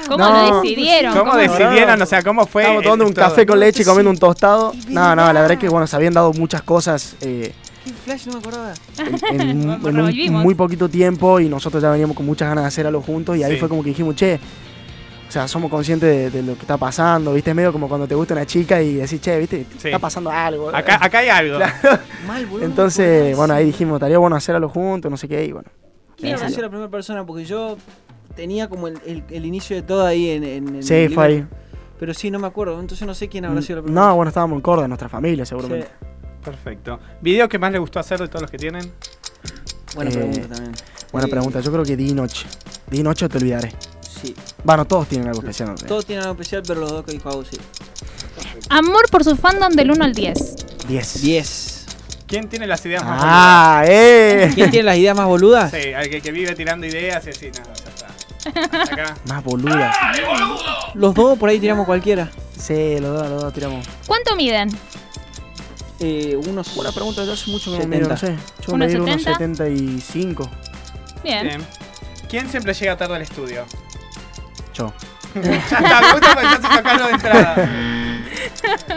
¿Cómo No. lo decidieron? ¿Cómo decidieron? O sea, ¿cómo fue? Estábamos tomando el un todo? café con leche y Sí. comiendo un tostado. Es No, no, la verdad. verdad es que bueno, se habían dado muchas cosas eh, ¿Qué flash? No me acordaba. en, en un- Nos en un revolvimos. muy poquito tiempo y nosotros ya veníamos con muchas ganas de hacer algo juntos y ahí Sí. fue como que dijimos, che, o sea, somos conscientes de, de lo que está pasando, viste, es medio como cuando te gusta una chica y decís, che, viste, Sí. está pasando algo. Acá, acá hay algo. Mal, boludo. no me Entonces, acordaba. bueno, ahí dijimos, estaría bueno hacer algo juntos, no sé qué, y bueno. Mira, yo soy la primera persona porque yo tenía como el, el- el inicio de todo ahí en, en, en Sí, el fue ahí. Mm, libro. Pero sí, no me acuerdo. Entonces no sé quién habrá sido la primera. No, bueno, estábamos en Córdoba, nuestra familia, persona. seguramente. Sí. Perfecto. ¿Video que más les gustó hacer de todos los que tienen? Buena Eh, pregunta también. Eh, Buena Sí. pregunta, yo creo que di noche. Di noche o te olvidaré. Sí. Bueno, todos tienen algo especial. ¿no? Todos tienen algo especial, pero los dos que dijo Agus sí. Amor por su fandom del 1 al 10. 10. 10. ¿Quién tiene las ideas más boludas? Ah, eh. ¿Quién tiene las ideas más boludas? Sí, al que, que vive tirando ideas y así, nada, ya está. Acá. Más boluda. Los dos por ahí tiramos cualquiera. Sí, los dos, los dos tiramos. ¿Cuánto miden? Eh, unos. Buena pregunta, yo hace mucho que no me 70. no sé. Yo me di unos 1,70. 75. Bien. Bien. ¿Quién siempre llega tarde al estudio? Yo. Ya está, me gusta porque ya se sacaron de entrada.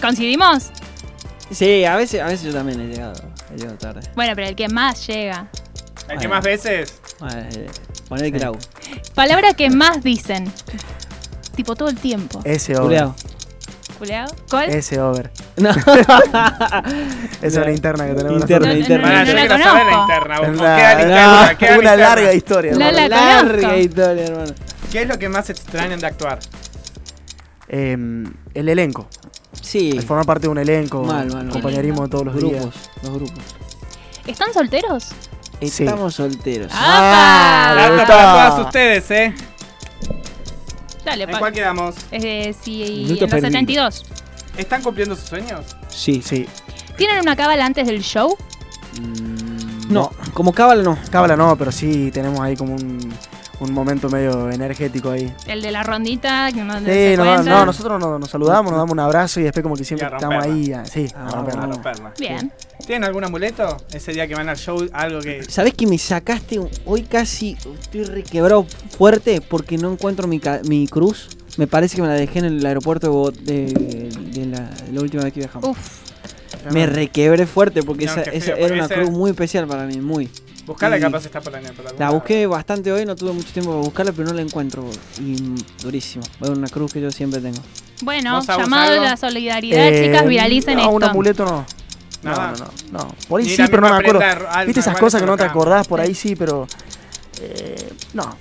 ¿Coincidimos? Sí, a veces, a veces yo también he llegado, he llegado tarde. Bueno, pero el que más llega. El que más veces. Bueno, eh, poner el clau. Palabra que más dicen. Tipo todo el tiempo. Ese obvio. Culeado. Fuleado. ¿Cuál? Ese over. No. Esa es una interna que tenemos. Interna, nosotros. No, no, no, interna. yo la quiero saber la conozco. interna. vos. Es ¿Qué da la no, interna? ¿Qué da la una interna? larga historia. La- hermano. la Larga conozco. historia, hermano. ¿Qué es lo que más extrañan de actuar? Em, el elenco. Sí. El formar parte de un elenco. Mal, mal, mal. compañerismo de todos los Los grupos, días. los grupos. ¿Están solteros? Sí. Estamos solteros. ¡Apa! me Dato gusta. para todas ustedes, ¿eh? Dale, ¿En pa. cuál quedamos? Eh, sí, en Minuto los perdido. 72. ¿Están cumpliendo sus sueños? Sí. Sí. ¿Tienen una cábala antes del show? No, como cábala no. Cábala no, pero sí tenemos ahí como un, un momento medio energético ahí. El de la rondita, que no Sí, se no, cuenta. no, nosotros nos, nos saludamos, nos damos un abrazo y después como que siempre Y a estamos romperla. ahí. ah, Sí, a Ah, romperla. A romperla. Bien. ¿Tienen algún amuleto? Ese día que van al show, algo que... ¿Sabés que me sacaste un- hoy casi? Estoy requebrado fuerte porque no encuentro mi, ca- mi cruz. Me parece que me la dejé en el aeropuerto de, Bogot- de- de la, la última vez que viajamos. Uf. Me requebré fuerte porque No, esa, qué feo, esa porque era una ese- cruz muy especial para mí, muy. Buscala, Y- capaz está por la... por algún La lado. busqué bastante hoy, no tuve mucho tiempo para buscarla, pero no la encuentro. Y mm, durísimo. Es una cruz que yo siempre tengo. Bueno, ¿Vos, Agus, llamado a algo? la solidaridad, Eh, chicas, viralicen no, esto. un amuleto no. No, Nada. no, no, no. Por ahí Ni sí, la pero no me misma acuerdo. prenda, algo, Viste esas algo cosas que no te colocamos. acordás, por ahí sí, pero... eh, no,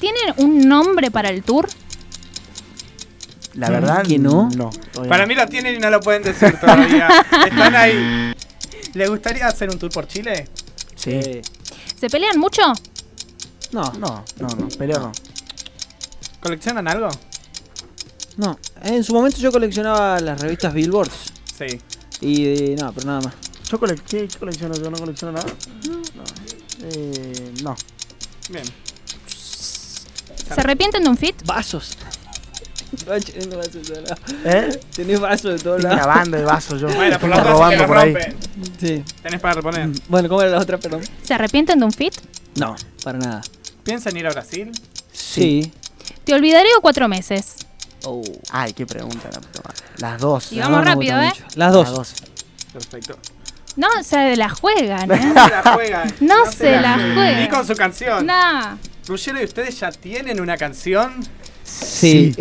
¿Tienen un nombre para el tour? la ¿Sabés verdad Mm, que no? No. todavía Para no. mí lo tienen y no lo pueden decir todavía. Están ahí. ¿Le gustaría hacer un tour por Chile? Sí. Eh, ¿Se pelean mucho? no, no, No, no, no, peleo no. ¿Coleccionan algo? no. En su momento yo coleccionaba las revistas Billboards. Sí. Y eh, no, pero nada más. ¿Yo cole- qué, qué colecciono? ¿Yo no colecciono nada? No. Eh, no. Bien. ¿Se arrepienten de un fit? Vasos. Tenés vasos de todos lados. ¿Eh? Tenés vasos de todos Estoy lados. grabando el vaso yo. Bueno, por Está las dudas que lo rompen. Sí. Tenés para reponer. Mm. Bueno, ¿cómo era la otra, perdón? ¿Se arrepienten de un fit? No, para nada. ¿Piensan ir a Brasil? Sí. Te olvidaré o cuatro meses. Oh. Ay, qué pregunta la puta madre. Las dos. Y vamos No, no me rápido, gusta ¿eh? mucho. Las Las dos. dos. Perfecto. No, se la juegan, ¿eh? No se la juegan. No se la juegan. Ni con su canción. Nah. Ruggiero, ¿y ustedes ya tienen una canción? Sí.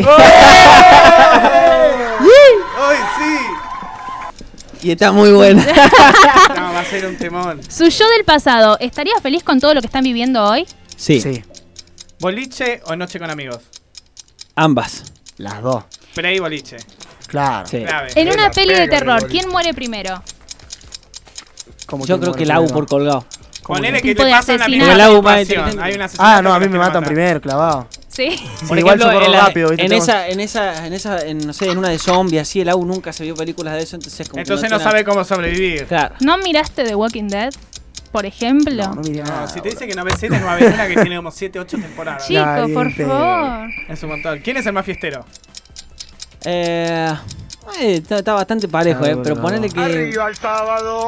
¡Hoy sí! y está muy buena. No, va a ser un temón. Su yo del pasado, ¿estaría feliz con todo lo que están viviendo hoy? Sí. Sí. ¿Boliche o noche con amigos? Ambas. Las dos. Play boliche. Claro. Sí. Clave. En una Pero, peli de pero, terror, boliche. ¿quién muere primero? Como Yo que creo me que la muero hago primero. por colgado. Ponele que Tipo te de pasan la asesinato. misma Como el agua situación. inteligente. Hay una Ah, asesinato no, que a mí me te matan mata. primero, clavado. Sí. Sí, igual yo corro en la- rápido, ¿viste? en Tengo- esa, en esa, en esa, en, no sé, en una de zombies, así, el AU nunca se vio películas de eso, entonces como que Entonces no tiene- sabe cómo sobrevivir. Claro. ¿No miraste The Walking Dead? Por ejemplo. No, no miré No, nada, si te boludo. dice que no ves series, no va a haber una que tiene como 7, 8 temporadas. Chico, Nadie por te- favor. Es un montón. ¿Quién es el más fiestero? Eh, eh, está, está bastante parejo, Ah, eh, pero bueno. ponele que el sábado!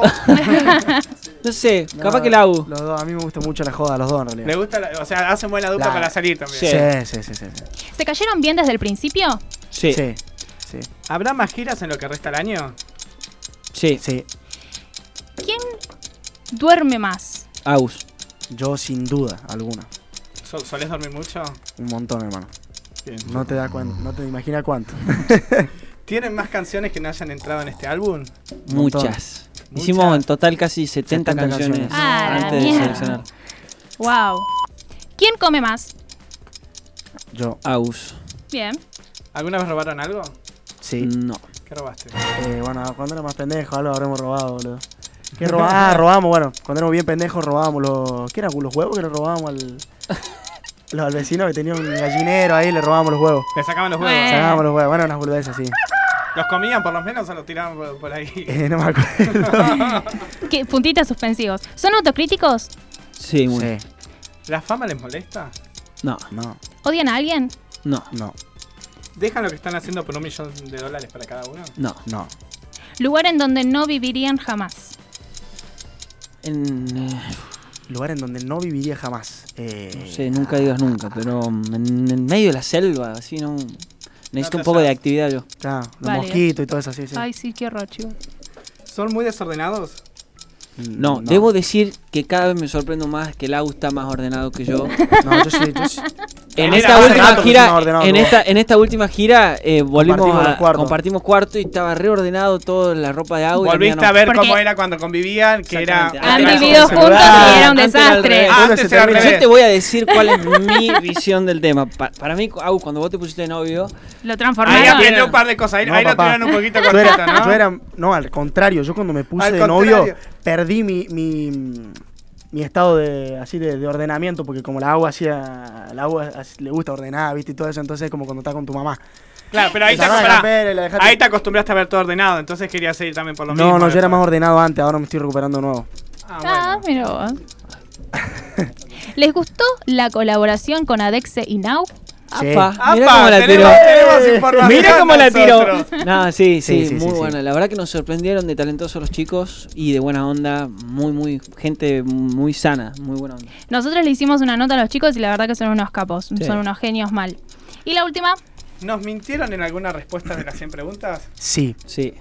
no sé, No, capaz que la U. Los dos, a mí me gusta mucho la joda, los dos en Le realidad. gusta, la- o sea, hacen buena dupla La- para salir también. Sí. Sí, sí, sí, sí. sí. ¿Se cayeron bien desde el principio? Sí, sí. Sí, sí, ¿Habrá más giras en lo que resta el año? sí. ¿Quién duerme más? Aus. Yo sin duda alguna. ¿Sol- ¿Solés dormir mucho? Un montón, hermano. Bien. No te da cuenta, no te imaginas cuánto. ¿Tienen más canciones que no hayan entrado en este álbum? Montón. Muchas. Hicimos en total casi 70, 70 canciones canciones. Ah, la antes de mierda. seleccionar. Wow. ¿Quién come más? Yo, Aus. Bien. ¿Alguna vez robaron algo? sí. No. ¿Qué robaste? Eh, bueno, cuando éramos más pendejos, algo habremos robado, boludo. ¿Qué robamos? Ah, robamos, bueno, cuando éramos bien pendejos robábamos los. ¿Qué eran? ¿Los huevos que le robábamos al. los- al vecino que tenía un gallinero ahí, le robábamos los huevos. ¿Le sacaban los huevos? Eh. Sacábamos los huevos, bueno, unas boludeces así. ¿Los comían por lo menos o los tiraban por, por ahí? Eh, no me acuerdo. ¿Qué, puntitas suspensivos. ¿Son autocríticos? Sí, muy. sí, ¿La fama les molesta? No, no, ¿Odian a alguien? no, no, ¿Dejan lo que están haciendo por un millón de dólares para cada uno? no. no. Lugar en donde no vivirían jamás. En, eh, Lugar en donde no viviría jamás. Eh, no sé, nunca digas nunca, pero mm, en, en medio de la selva, así no. No Necesito te un poco de hallas. actividad yo. Claro, los Vale. mosquitos y todo eso, sí, sí. Ay, sí, qué horror, chicos. ¿Son muy desordenados? No, debo decir que cada vez me sorprendo más que Lau está más ordenado que yo. No, yo sí, yo sí. En Era esta más última ordenado que gira, estaba ordenado en vos. esta, en esta última gira eh, volvimos Compartimos a- los cuartos. compartimos cuarto y estaba reordenado toda la ropa de agua. Volviste a ver Porque- cómo era cuando convivían, que era... Exactamente. Han Ah, vivido era otra cosa. juntos y Ah, era un antes era al desastre. revés. Ah, antes era al Mira, revés. yo te voy a decir cuál es mi visión del tema. Pa- para mí, Agus, cuando vos te pusiste de novio, Lo Ahí transformaron. aprendió un par de cosas. Ahí, No, ahí lo papá. tiraron un poquito Yo cortito, era, ¿no? yo era- no, al contrario, yo cuando me puse Al de novio contrario. perdí mi, mi, mi estado de así de, de ordenamiento, porque como la agua hacía, la agua así- le gusta ordenar, viste, y todo eso, entonces es como cuando está con tu mamá. Claro, pero ahí te, Te sacás la pará, campera y la dejás- ahí te acostumbraste a ver todo ordenado, entonces querías seguir también por lo No, mismo. no, yo era después. más ordenado antes, ahora me estoy recuperando de nuevo. Ah, Ah, bueno. mira vos. ¿Les gustó la colaboración con Adexe y Now? Sí. apa, mira ¡Apa! cómo la tiró. tenemos, tenemos información Mira cómo la tiró. nosotros. No, sí, sí, Sí, sí, muy sí, sí. buena. La verdad que nos sorprendieron de talentosos los chicos y de buena onda, muy, muy, gente muy sana, muy buena onda. Nosotros le hicimos una nota a los chicos y la verdad que son unos capos, Sí. son unos genios mal. Y la última, ¿Nos mintieron en alguna respuesta de las 100 preguntas? Sí. Sí.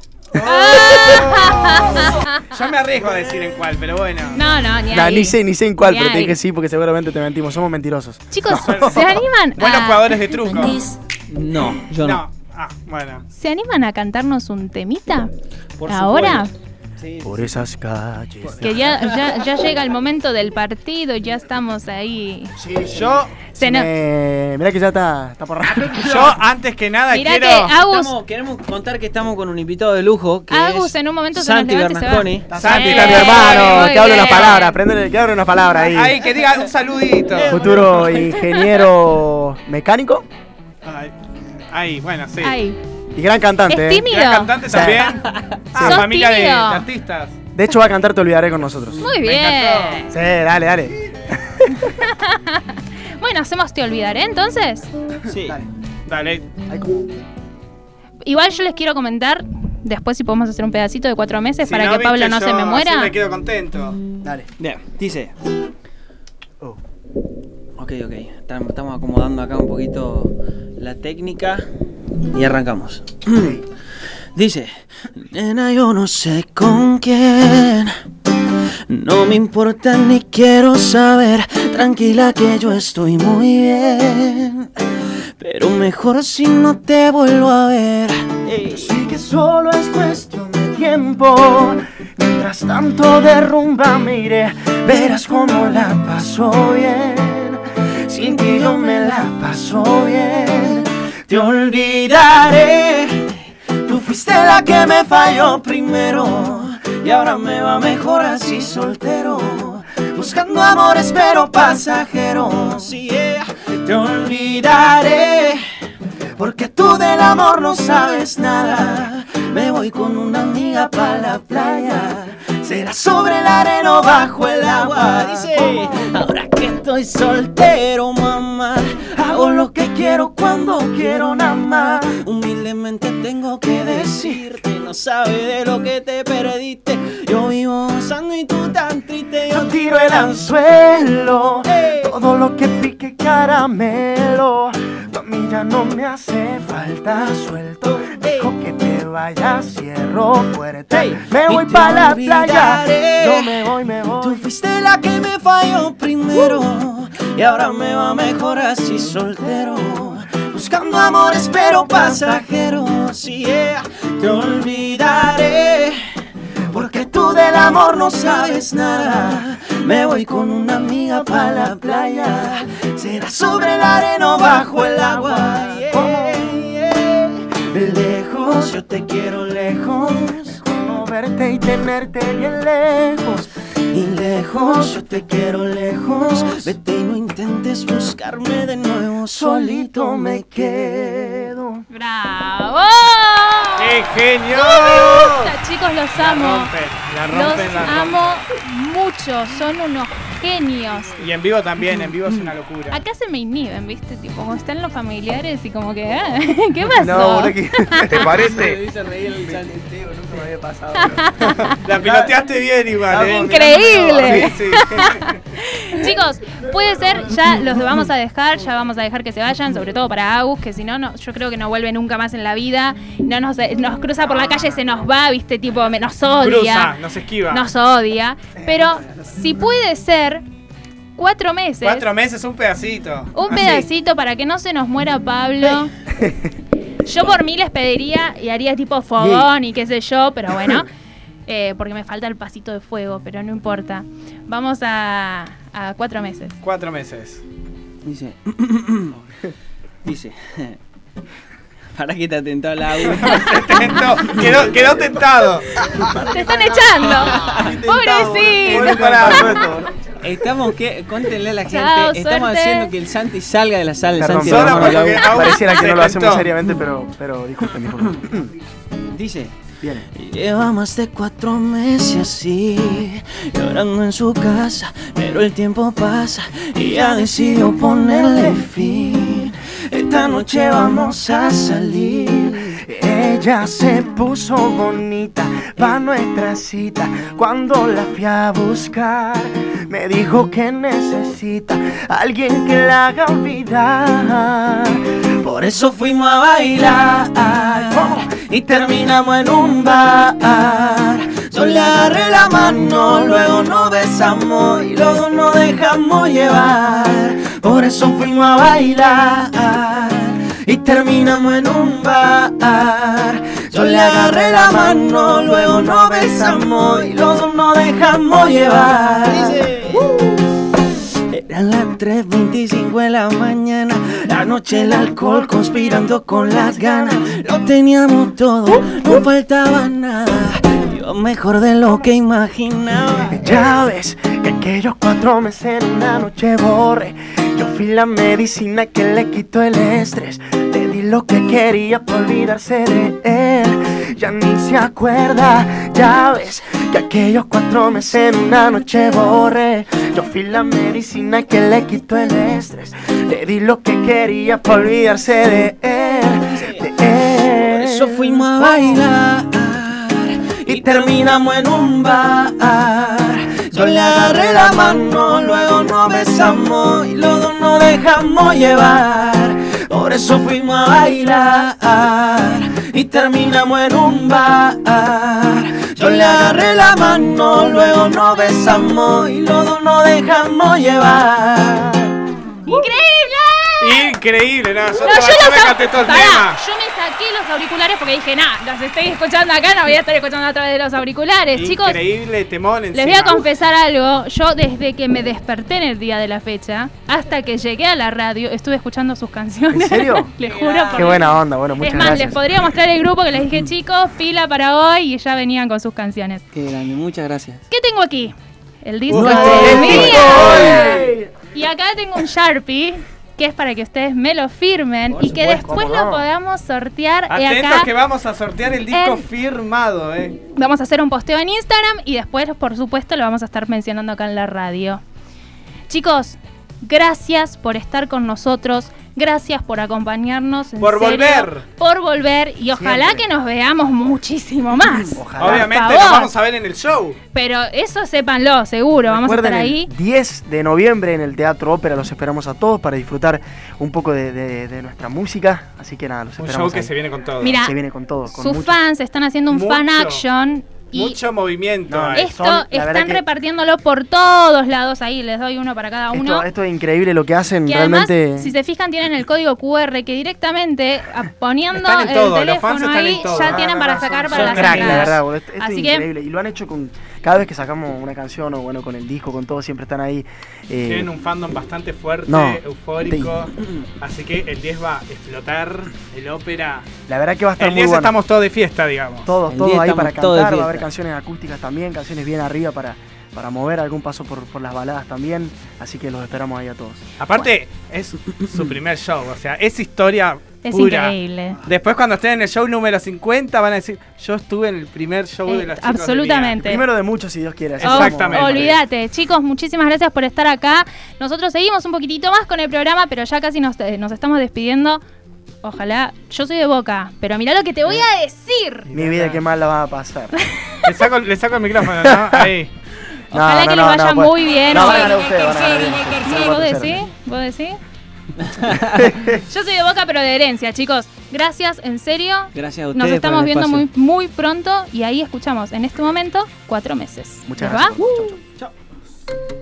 Yo me arriesgo a decir en cuál, pero bueno. no, no, ni Nah, ahí. ni sé, ni sé en cuál, Ni pero te ahí. dije sí porque seguramente te mentimos, somos mentirosos. Chicos, ¿se animan? Buenos Ah. a- jugadores de truco. No, yo no. No. Ah, bueno. ¿Se animan a cantarnos un temita? Por Ahora, Sí, Por esas calles. que ya, ya, ya llega el momento del partido, ya estamos ahí. Yo, Se no- Eh, mirá que ya está, está por yo antes que nada Mirá quiero. que ah. Agus, Estamos- queremos contar que estamos con un invitado de lujo que Agus es en un momento Santi se nos levanta y Bernasconi. se va. Santi, Eh, Santi, muy hermano, te hablo bien. unas palabras, aprende, te hablo unas palabras ahí. Ay, que diga un saludito. Futuro ingeniero mecánico Ay, Ay, bueno, sí. Ay, y gran cantante. es ¿eh? tímido. Gran cantante Sí. también. Ah, Sos familia de, de tímido. artistas. De hecho, va a cantar Te Olvidaré con nosotros. Muy Me bien. encantó. Sí, dale, dale. Bueno, hacemos Te Olvidaré entonces. Sí. Dale. Igual yo les quiero comentar, después si podemos hacer un pedacito de cuatro meses Si para que viste, Pablo no yo se me así muera. me quedo contento. Dale. Bien, dice. Oh. Ok, ok. Tam- Estamos acomodando acá un poquito la técnica y arrancamos. dice, nena, yo no sé con quién. No me importa ni quiero saber, tranquila que yo estoy muy bien. Pero mejor si no te vuelvo a ver. Sí que solo es cuestión de tiempo. Mientras tanto derrumba me iré. Verás cómo la paso bien. Sin ti yo me la paso bien. Te olvidaré. Tú fuiste la que me falló primero. Y ahora me va mejor así soltero. Buscando amores pero pasajeros. Yeah. Te olvidaré. Porque tú del amor no sabes nada. Me voy con una amiga para la playa. Será sobre la arena o bajo el agua. Dice, ahora que estoy soltero, mamá, hago lo que quiero cuando quiero nada más. Humildemente tengo que decirte, no sabes de lo que te perdiste. Yo vivo gozando y tú tan triste. Yo tiro el anzuelo, todo lo que pique caramelo. Tú a mí ya no me hace falta suelto. Dejo que te vayas, cierro fuerte. Me voy para la playa. Yo me voy, me voy. Tú fuiste la que me falló primero. Y ahora me va mejor así soltero. Buscando amores, pero pasajeros. Y te olvidaré. Porque tú del amor no sabes nada. Me voy con una amiga para la playa. Será sobre la arena o bajo el agua. Yeah, yeah. Lejos, yo te quiero lejos. Como verte y tenerte bien lejos. Y lejos, yo te quiero lejos. Vete y no intentes buscarme de nuevo. Solito me quedo. ¡Bravo! ¡Qué genio! Puta, Chicos, los amo. Rompen, la Los rompen, la rompen. amo mucho. Son unos genios. Y en vivo también, en vivo es una locura. Acá se me inhiben, ¿viste? Tipo, como están los familiares y como que, ah, ¿qué pasó? ¿Te parece? nunca me había pasado. La piloteaste bien igual, ¿eh? Increíble. Sí, sí. Chicos, puede ser, ya los vamos a dejar, ya vamos a dejar que se vayan, sobre todo para Agus, que si no, no yo creo que no vuelve nunca más en la vida. No nos, eh, nos cruza por la calle, se nos va, viste, tipo, me- nos odia. Cruza, nos esquiva. Nos odia. Pero si puede ser, cuatro meses. Cuatro meses, un pedacito. Un Así. pedacito para que no se nos muera Pablo. Yo por mí les pediría y haría tipo fogón y qué sé yo, pero bueno, eh, porque me falta el pasito de fuego, pero no importa. Vamos a, a cuatro meses. Cuatro meses. Dice. Dice. Para que te atentó la agua. Tentó, quedó, quedó tentado. ¡Te están Ah, echando! Bueno, ¡Pobrecito! pará, Roberto. Estamos que. Contenle a la gente. Chao, estamos suerte. haciendo que el Santi salga de la sala. El Perdón, Santi Solo Romano porque- Lago. aún pareciera que se no lo hacemos tentó. seriamente, pero, pero disculpen, disculpen. Dice. Viene. Lleva más de cuatro meses así, llorando en su casa, pero el tiempo pasa y ya decidió ponerle fin. Esta noche vamos a salir. Ella se puso bonita pa' nuestra cita. Cuando la fui a buscar, me dijo que necesita alguien que la haga olvidar. Por eso fuimos a bailar Oh, y terminamos en un bar. Yo le agarré la mano, luego nos besamos y luego nos dejamos llevar. Por eso fuimos a bailar y terminamos en un bar. Yo le agarré la mano, luego nos besamos y luego nos dejamos llevar. Eran las 3.25 de la mañana, la noche el alcohol conspirando con las ganas. Lo teníamos todo, no faltaba nada, yo mejor de lo que imaginaba. Ya ves que aquellos cuatro meses en una noche borre. Yo fui la medicina que le quitó el estrés. Te di lo que quería por olvidarse de él. Ya ni se acuerda. Ya ves que aquellos cuatro meses en una noche borre. Yo fui la medicina que le quitó el estrés. Te di lo que quería por olvidarse de él. De él. Por eso fuimos a bailar y terminamos en un bar. Yo le agarré la mano, luego nos besamos y luego nos dejamos llevar. Por eso fuimos a bailar y terminamos en un bar. Yo le agarré la mano, luego nos besamos y luego nos dejamos llevar. ¡Increíble! Increíble, no, yo, No, te- yo yo me los canté todo el Pará, tema. yo me saqué los auriculares porque dije, nah, las estoy escuchando acá, no voy a estar escuchando a través de los auriculares, Eh, chicos. Increíble temón Les encima. voy a confesar algo. Yo desde que me desperté en el día de la fecha hasta que llegué a la radio estuve escuchando sus canciones. ¿En serio? les juro. por mi- Qué buena onda, bueno, Es muchas más, les gracias. podría mostrar el grupo que les dije, chicos, pila para hoy y ya venían con sus canciones. Qué grande, muchas gracias. ¿Qué tengo aquí? El disco Uy, de el Mía. Y acá tengo un Sharpie que es para que ustedes me lo firmen y que después lo podamos sortear eh, Atentos acá. que vamos a sortear el disco en- firmado, eh. Vamos a hacer un posteo en Instagram y después, por supuesto, lo vamos a estar mencionando acá en la radio. Chicos, gracias por estar con nosotros. Gracias por acompañarnos. en Por serio, volver. Por volver. Y ojalá Siempre. que nos veamos muchísimo más. Ojalá. Obviamente favor. lo vamos a ver en el show. Pero eso sépanlo, seguro. Vamos a estar Recuerden, ahí. El 10 de noviembre en el Teatro Ópera los esperamos a todos para disfrutar un poco de, de- de nuestra música. Así que nada, los Un esperamos. show que ahí. se viene con todo. Mira, Se viene con todo. Con Sus mucho- fans están haciendo un fan Mucho. action. Y Mucho movimiento. No, hay. es- esto Son- la verdad están que- repartiéndolo por todos lados ahí. Les doy uno para cada uno. Esto, esto es increíble lo que hacen. Que además, realmente. si se fijan, tienen el código QR que directamente a- poniendo Están en el todo, los fans teléfono están en ahí todo. ya Ah, No, tienen no, para no, sacar son- para son las Crack, la entradas. verdad, boludo. Esto, esto Así es que- increíble. Y lo han hecho con. Cada vez que sacamos una canción o bueno, con el disco, con todo, siempre están ahí. eh, Tienen un fandom bastante fuerte, No. eufórico. Así que el 10 va a explotar el ópera. la verdad que va a estar el muy 10 bueno. estamos todos de fiesta, digamos. todos, El todos día ahí estamos para todos de cantar. Va a haber fiesta. canciones acústicas también, canciones bien arriba para, para mover algún paso por, por las baladas también. Así que los esperamos ahí a todos. Aparte, es su primer show, o sea, es historia Es pura. increíble. Después cuando estén en el show número 50 van a decir, yo estuve en el primer show Eh, de los chicos de Mía". absolutamente. Primero de muchos, si Dios quiere. así Oh, como- Exactamente. Olvídate, chicos, muchísimas gracias por estar acá. Nosotros seguimos un poquitito más con el programa, pero ya casi nos, eh, nos estamos despidiendo. Ojalá, yo soy de boca, pero mirá lo que te voy a decir. Mi vida, qué mal la va a pasar. Le saco, le saco el micrófono, ¿no? Ahí. Ojalá no, que no, les vaya no, pues- muy bien. No, Sí, van a ganar ustedes, van a ganar ustedes. No, ¿Vos van a ser. decís? ¿Vos decís? Yo soy de Boca, pero de herencia, chicos. Gracias, en serio. Gracias a ustedes. Nos por estamos el viendo espacio. muy, muy pronto y ahí escuchamos en este momento cuatro meses. Muchas ¿Les va? gracias. Chau, chau.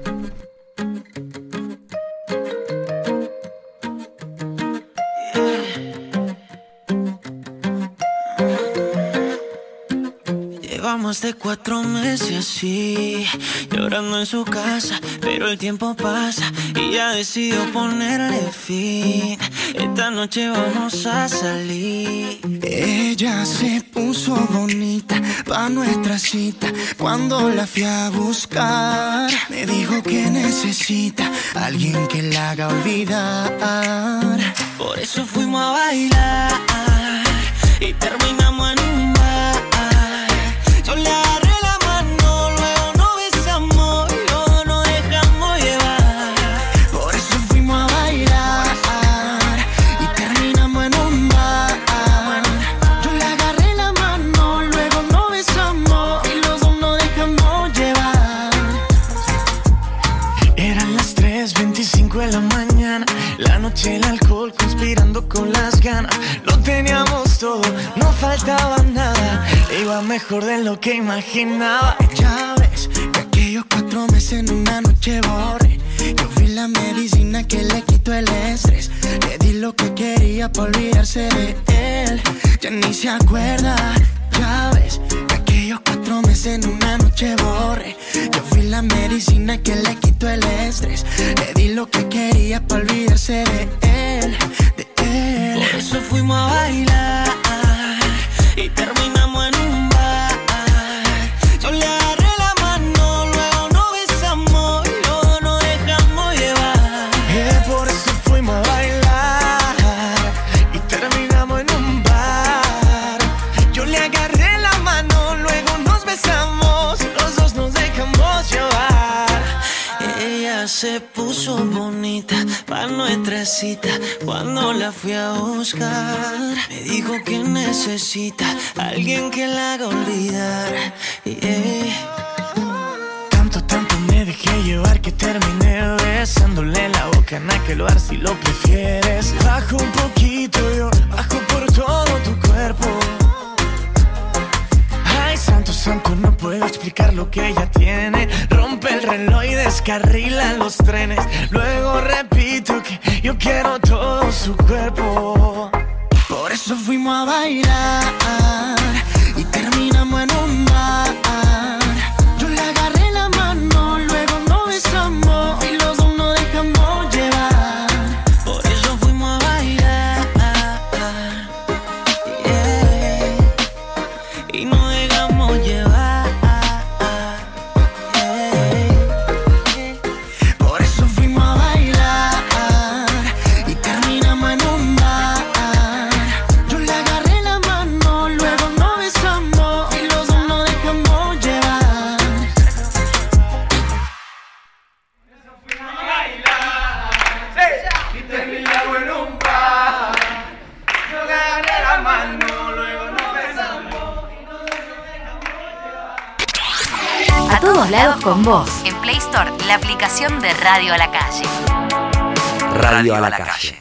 Llevamos de cuatro meses así, llorando en su casa, pero el tiempo pasa y ya decidió ponerle fin. Esta noche vamos a salir. Ella se puso bonita pa' nuestra cita cuando la fui a buscar. Me dijo que necesita alguien que la haga olvidar. Por eso fuimos a bailar y terminamos en un bar. Yo le agarré la mano, luego nos besamos y luego nos dejamos llevar. Por eso fuimos a bailar y terminamos en un bar. Yo le agarré la mano, luego nos besamos y los dos nos dejamos llevar. Eran las 3.25 de la mañana La noche, el alcohol conspirando con las ganas Lo teníamos todo, no faltaba nada Iba mejor de lo que imaginaba Ya ves que aquellos cuatro meses en una noche borré Yo fui la medicina que le quitó el estrés Le di lo que quería para olvidarse de él Ya ni se acuerda, ya ves que aquellos cuatro meses en una noche borré Yo fui la medicina que le quitó el estrés Le di lo que quería para olvidarse de él, de él Por eso fuimos a bailar Y terminamos en un bar Yo le agarré la mano, luego nos besamos Y luego nos dejamos llevar Eh, Por eso fuimos a bailar Y terminamos en un bar yo le agarré la mano, luego nos besamos, los dos nos dejamos llevar. Ella se puso bonita para nuestra cita cuando la fui a buscar. Me dijo que necesita alguien que la haga olvidar. Yeah. Tanto, tanto me dejé llevar que terminé besándole la boca en aquel bar si lo prefieres. Bajo un poquito yo, bajo por todo tu cuerpo. Ay, santo, santo, no puedo explicar lo que ella tiene. Rompe el reloj y descarrila los trenes. Luego repito que yo quiero todo su cuerpo. Por eso fuimos a bailar y terminamos en un bar. Yo le agarré la mano, luego nos besamos y los dos nos dejamos llevar. Por eso fuimos a bailar. Yeah y no dejamos llevar. Por eso fuimos a bailar y terminamos en un bar. Yo le agarré la mano, luego nos besamos y los dos nos dejamos llevar. A todos lados con vos. En Play Store, la aplicación de Radio a la Calle. Radio a la calle.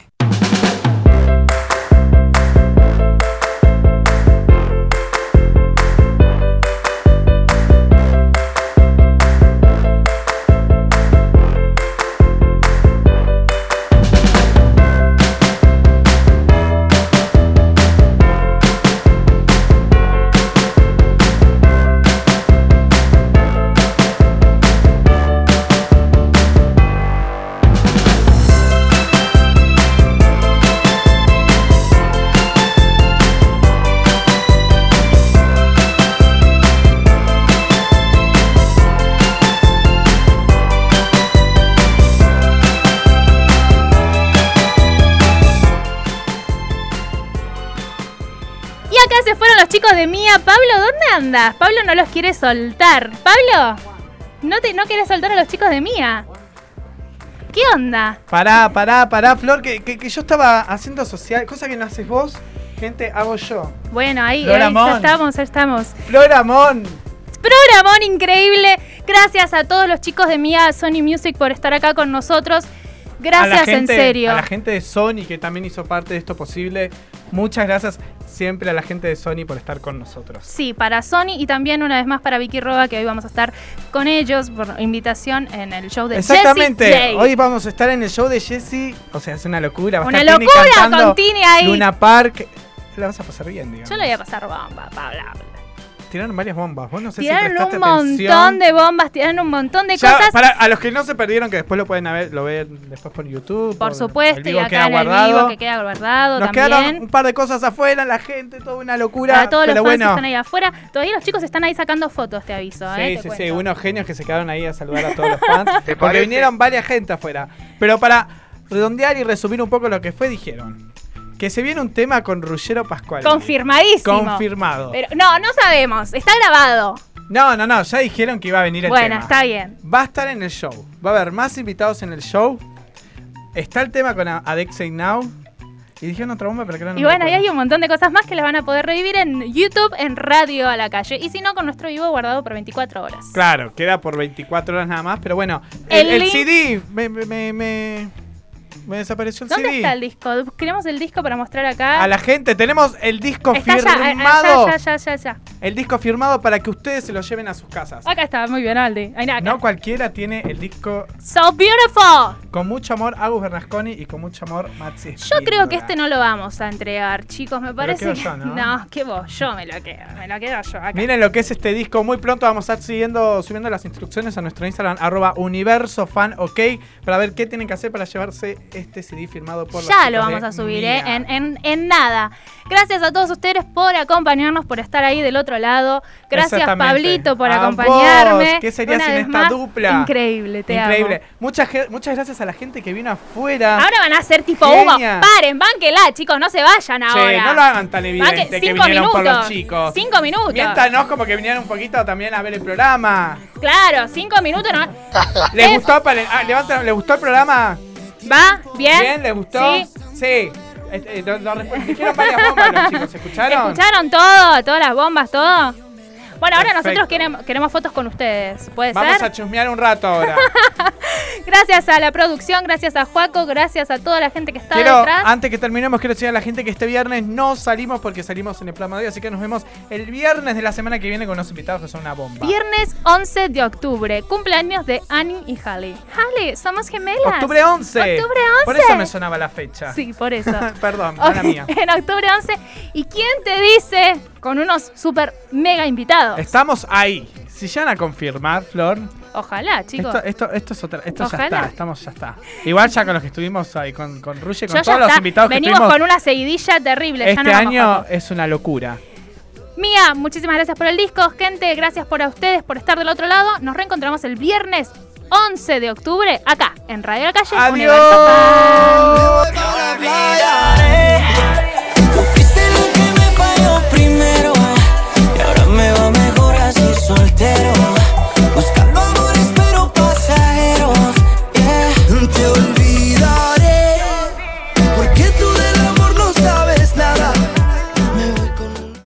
Y acá se fueron los chicos de Mía. Pablo, ¿dónde andas? Pablo no los quiere soltar. Pablo, no te no quieres soltar a los chicos de Mía. ¿Qué onda? Pará, pará, pará, Flor, que, que- que yo estaba haciendo social, cosa que no haces vos, gente, hago yo. Bueno, ahí, Flor ahí ya Amón. estamos, ya estamos. Flor Amón. Programón increíble Gracias a todos los chicos de Mía Sony Music por estar acá con nosotros. Gracias, a la gente, en serio. A la gente de Sony que también hizo parte de esto posible. Muchas gracias siempre a la gente de Sony por estar con nosotros. Sí, para Sony y también una vez más para Vicky Roa, que hoy vamos a estar con ellos por invitación en el show de Exactamente. Jessie J. Hoy vamos a estar en el show de Jesse. O sea, es una locura. Va a Una estar Tini locura cantando con Tini ahí. Luna Park. La vas a pasar bien, digamos. Yo lo voy a pasar bomba, bla, bla, bla. Tiraron varias bombas. Vos no sé si Tiraron prestaste un montón atención. de bombas, tiraron un montón de Ya, cosas. para, a los que no se perdieron, que después lo pueden ver, lo ven después por YouTube. por el supuesto, y vivo acá queda en el vivo guardado. que queda guardado Nos también. quedaron un par de cosas afuera, la gente, toda una locura. Para todos los pero fans bueno, que están ahí afuera. Todavía los chicos están ahí sacando fotos, te aviso. Sí, eh, te sí, sí, cuento. unos genios que se quedaron ahí a saludar a todos los fans. ¿Te porque parece? vinieron varias gente afuera. Pero para redondear y resumir un poco lo que fue, dijeron que se viene un tema con Ruggero Pascual. Confirmadísimo. Confirmado. Pero, no, no sabemos. Está grabado. No, no, no, ya dijeron que iba a venir el bueno, tema. está bien. Va a estar en el show. Va a haber más invitados en el show. Está el tema con A- Adexei Now. Y dijeron otra bomba, pero que no Y me bueno, ahí acuerdo. hay un montón de cosas más que las van a poder revivir en YouTube, en radio a la calle. Y si no, con nuestro vivo guardado por 24 horas. Claro, queda por 24 horas nada más, pero bueno. El, El el link- CD. Me, me, me, me- me desapareció el ¿Dónde CD. está el disco? Queremos el disco para mostrar acá. A la gente, tenemos el disco está ya, eh, firmado. ya, ya, ya, ya. El disco firmado para que ustedes se lo lleven a sus casas. Acá está, muy bien, Aldi. Ahí, acá. No cualquiera tiene el disco So beautiful. con mucho amor Agus Bernasconi y con mucho amor Maxi. Yo creo que este no lo vamos a entregar, chicos. Me parece quedo que. yo, ¿no? que vos, yo me lo quedo. Me lo quedo yo. Acá. Miren lo que es este disco. Muy pronto vamos a estar siguiendo, subiendo las instrucciones a nuestro Instagram, arroba universofanok, para ver qué tienen que hacer para llevarse este CD firmado por los Ya lo chicos de vamos a subir, ¿eh? Mía. En, en- en nada. Gracias a todos ustedes por acompañarnos, por estar ahí del otro lado. Gracias, Exactamente. Pablito, por A acompañarme. vos, ¿Qué sería Una sin vez esta más, dupla? Increíble, te Increíble. amo. Muchas, ge- muchas gracias a la gente que vino afuera. Ahora van a ser tipo Genia. Hugo. Paren, bánquela, chicos, no se vayan Che, ahora. no lo hagan tan Banque- evidente que cinco vinieron por los minutos. chicos. Cinco minutos. Miéntanos como que vinieron un poquito también a ver el programa. Claro, cinco minutos no. ¿Les Eh. gustó? Palen- ah, levanten- ¿les gustó el programa? ¿Va? ¿Bien? ¿Bien? ¿Les gustó? Sí. Sí. Este, eh, lo- lo resp- dijeron varias bombas los chicos, ¿escucharon? ¿Escucharon todo? ¿Todas las bombas, todo? Bueno, ahora Perfecto. nosotros queremos, queremos fotos con ustedes. ¿Puede Vamos ser? a chusmear un rato ahora. Gracias a la producción, gracias a Juaco, gracias a toda la gente que está quiero, detrás. antes que terminemos, quiero decir a la gente que este viernes no salimos porque salimos en el programa de hoy, así que nos vemos el viernes de la semana que viene con unos invitados que son una bomba. Viernes 11 de octubre, cumpleaños de Annie y Halle. Halle, somos gemelas. Octubre 11. Octubre 11. Por eso me sonaba la fecha. Ah, Sí, por eso. Perdón, mala mía. en octubre 11. ¿Y quién te dice? Con unos super mega invitados. Estamos ahí. Si llegan a confirmar, Flor. Ojalá, chicos. Esto, esto, esto es otra. Esto Ojalá. ya está. Estamos, ya está. Igual ya con los que estuvimos ahí, con, con Ruge, Yo con ya todos los está. invitados que Venimos tuvimos. con una seguidilla terrible. ya este nos vamos, año Juaco. es una locura. Mía, muchísimas gracias por el disco. Gente, gracias por a ustedes por estar del otro lado. Nos reencontramos el viernes 11 de octubre acá en Radio La Calle. Universo Fan. falló primero Y ahora me va mejor así soltero Buscando amores pero pasajeros yeah. Te olvidé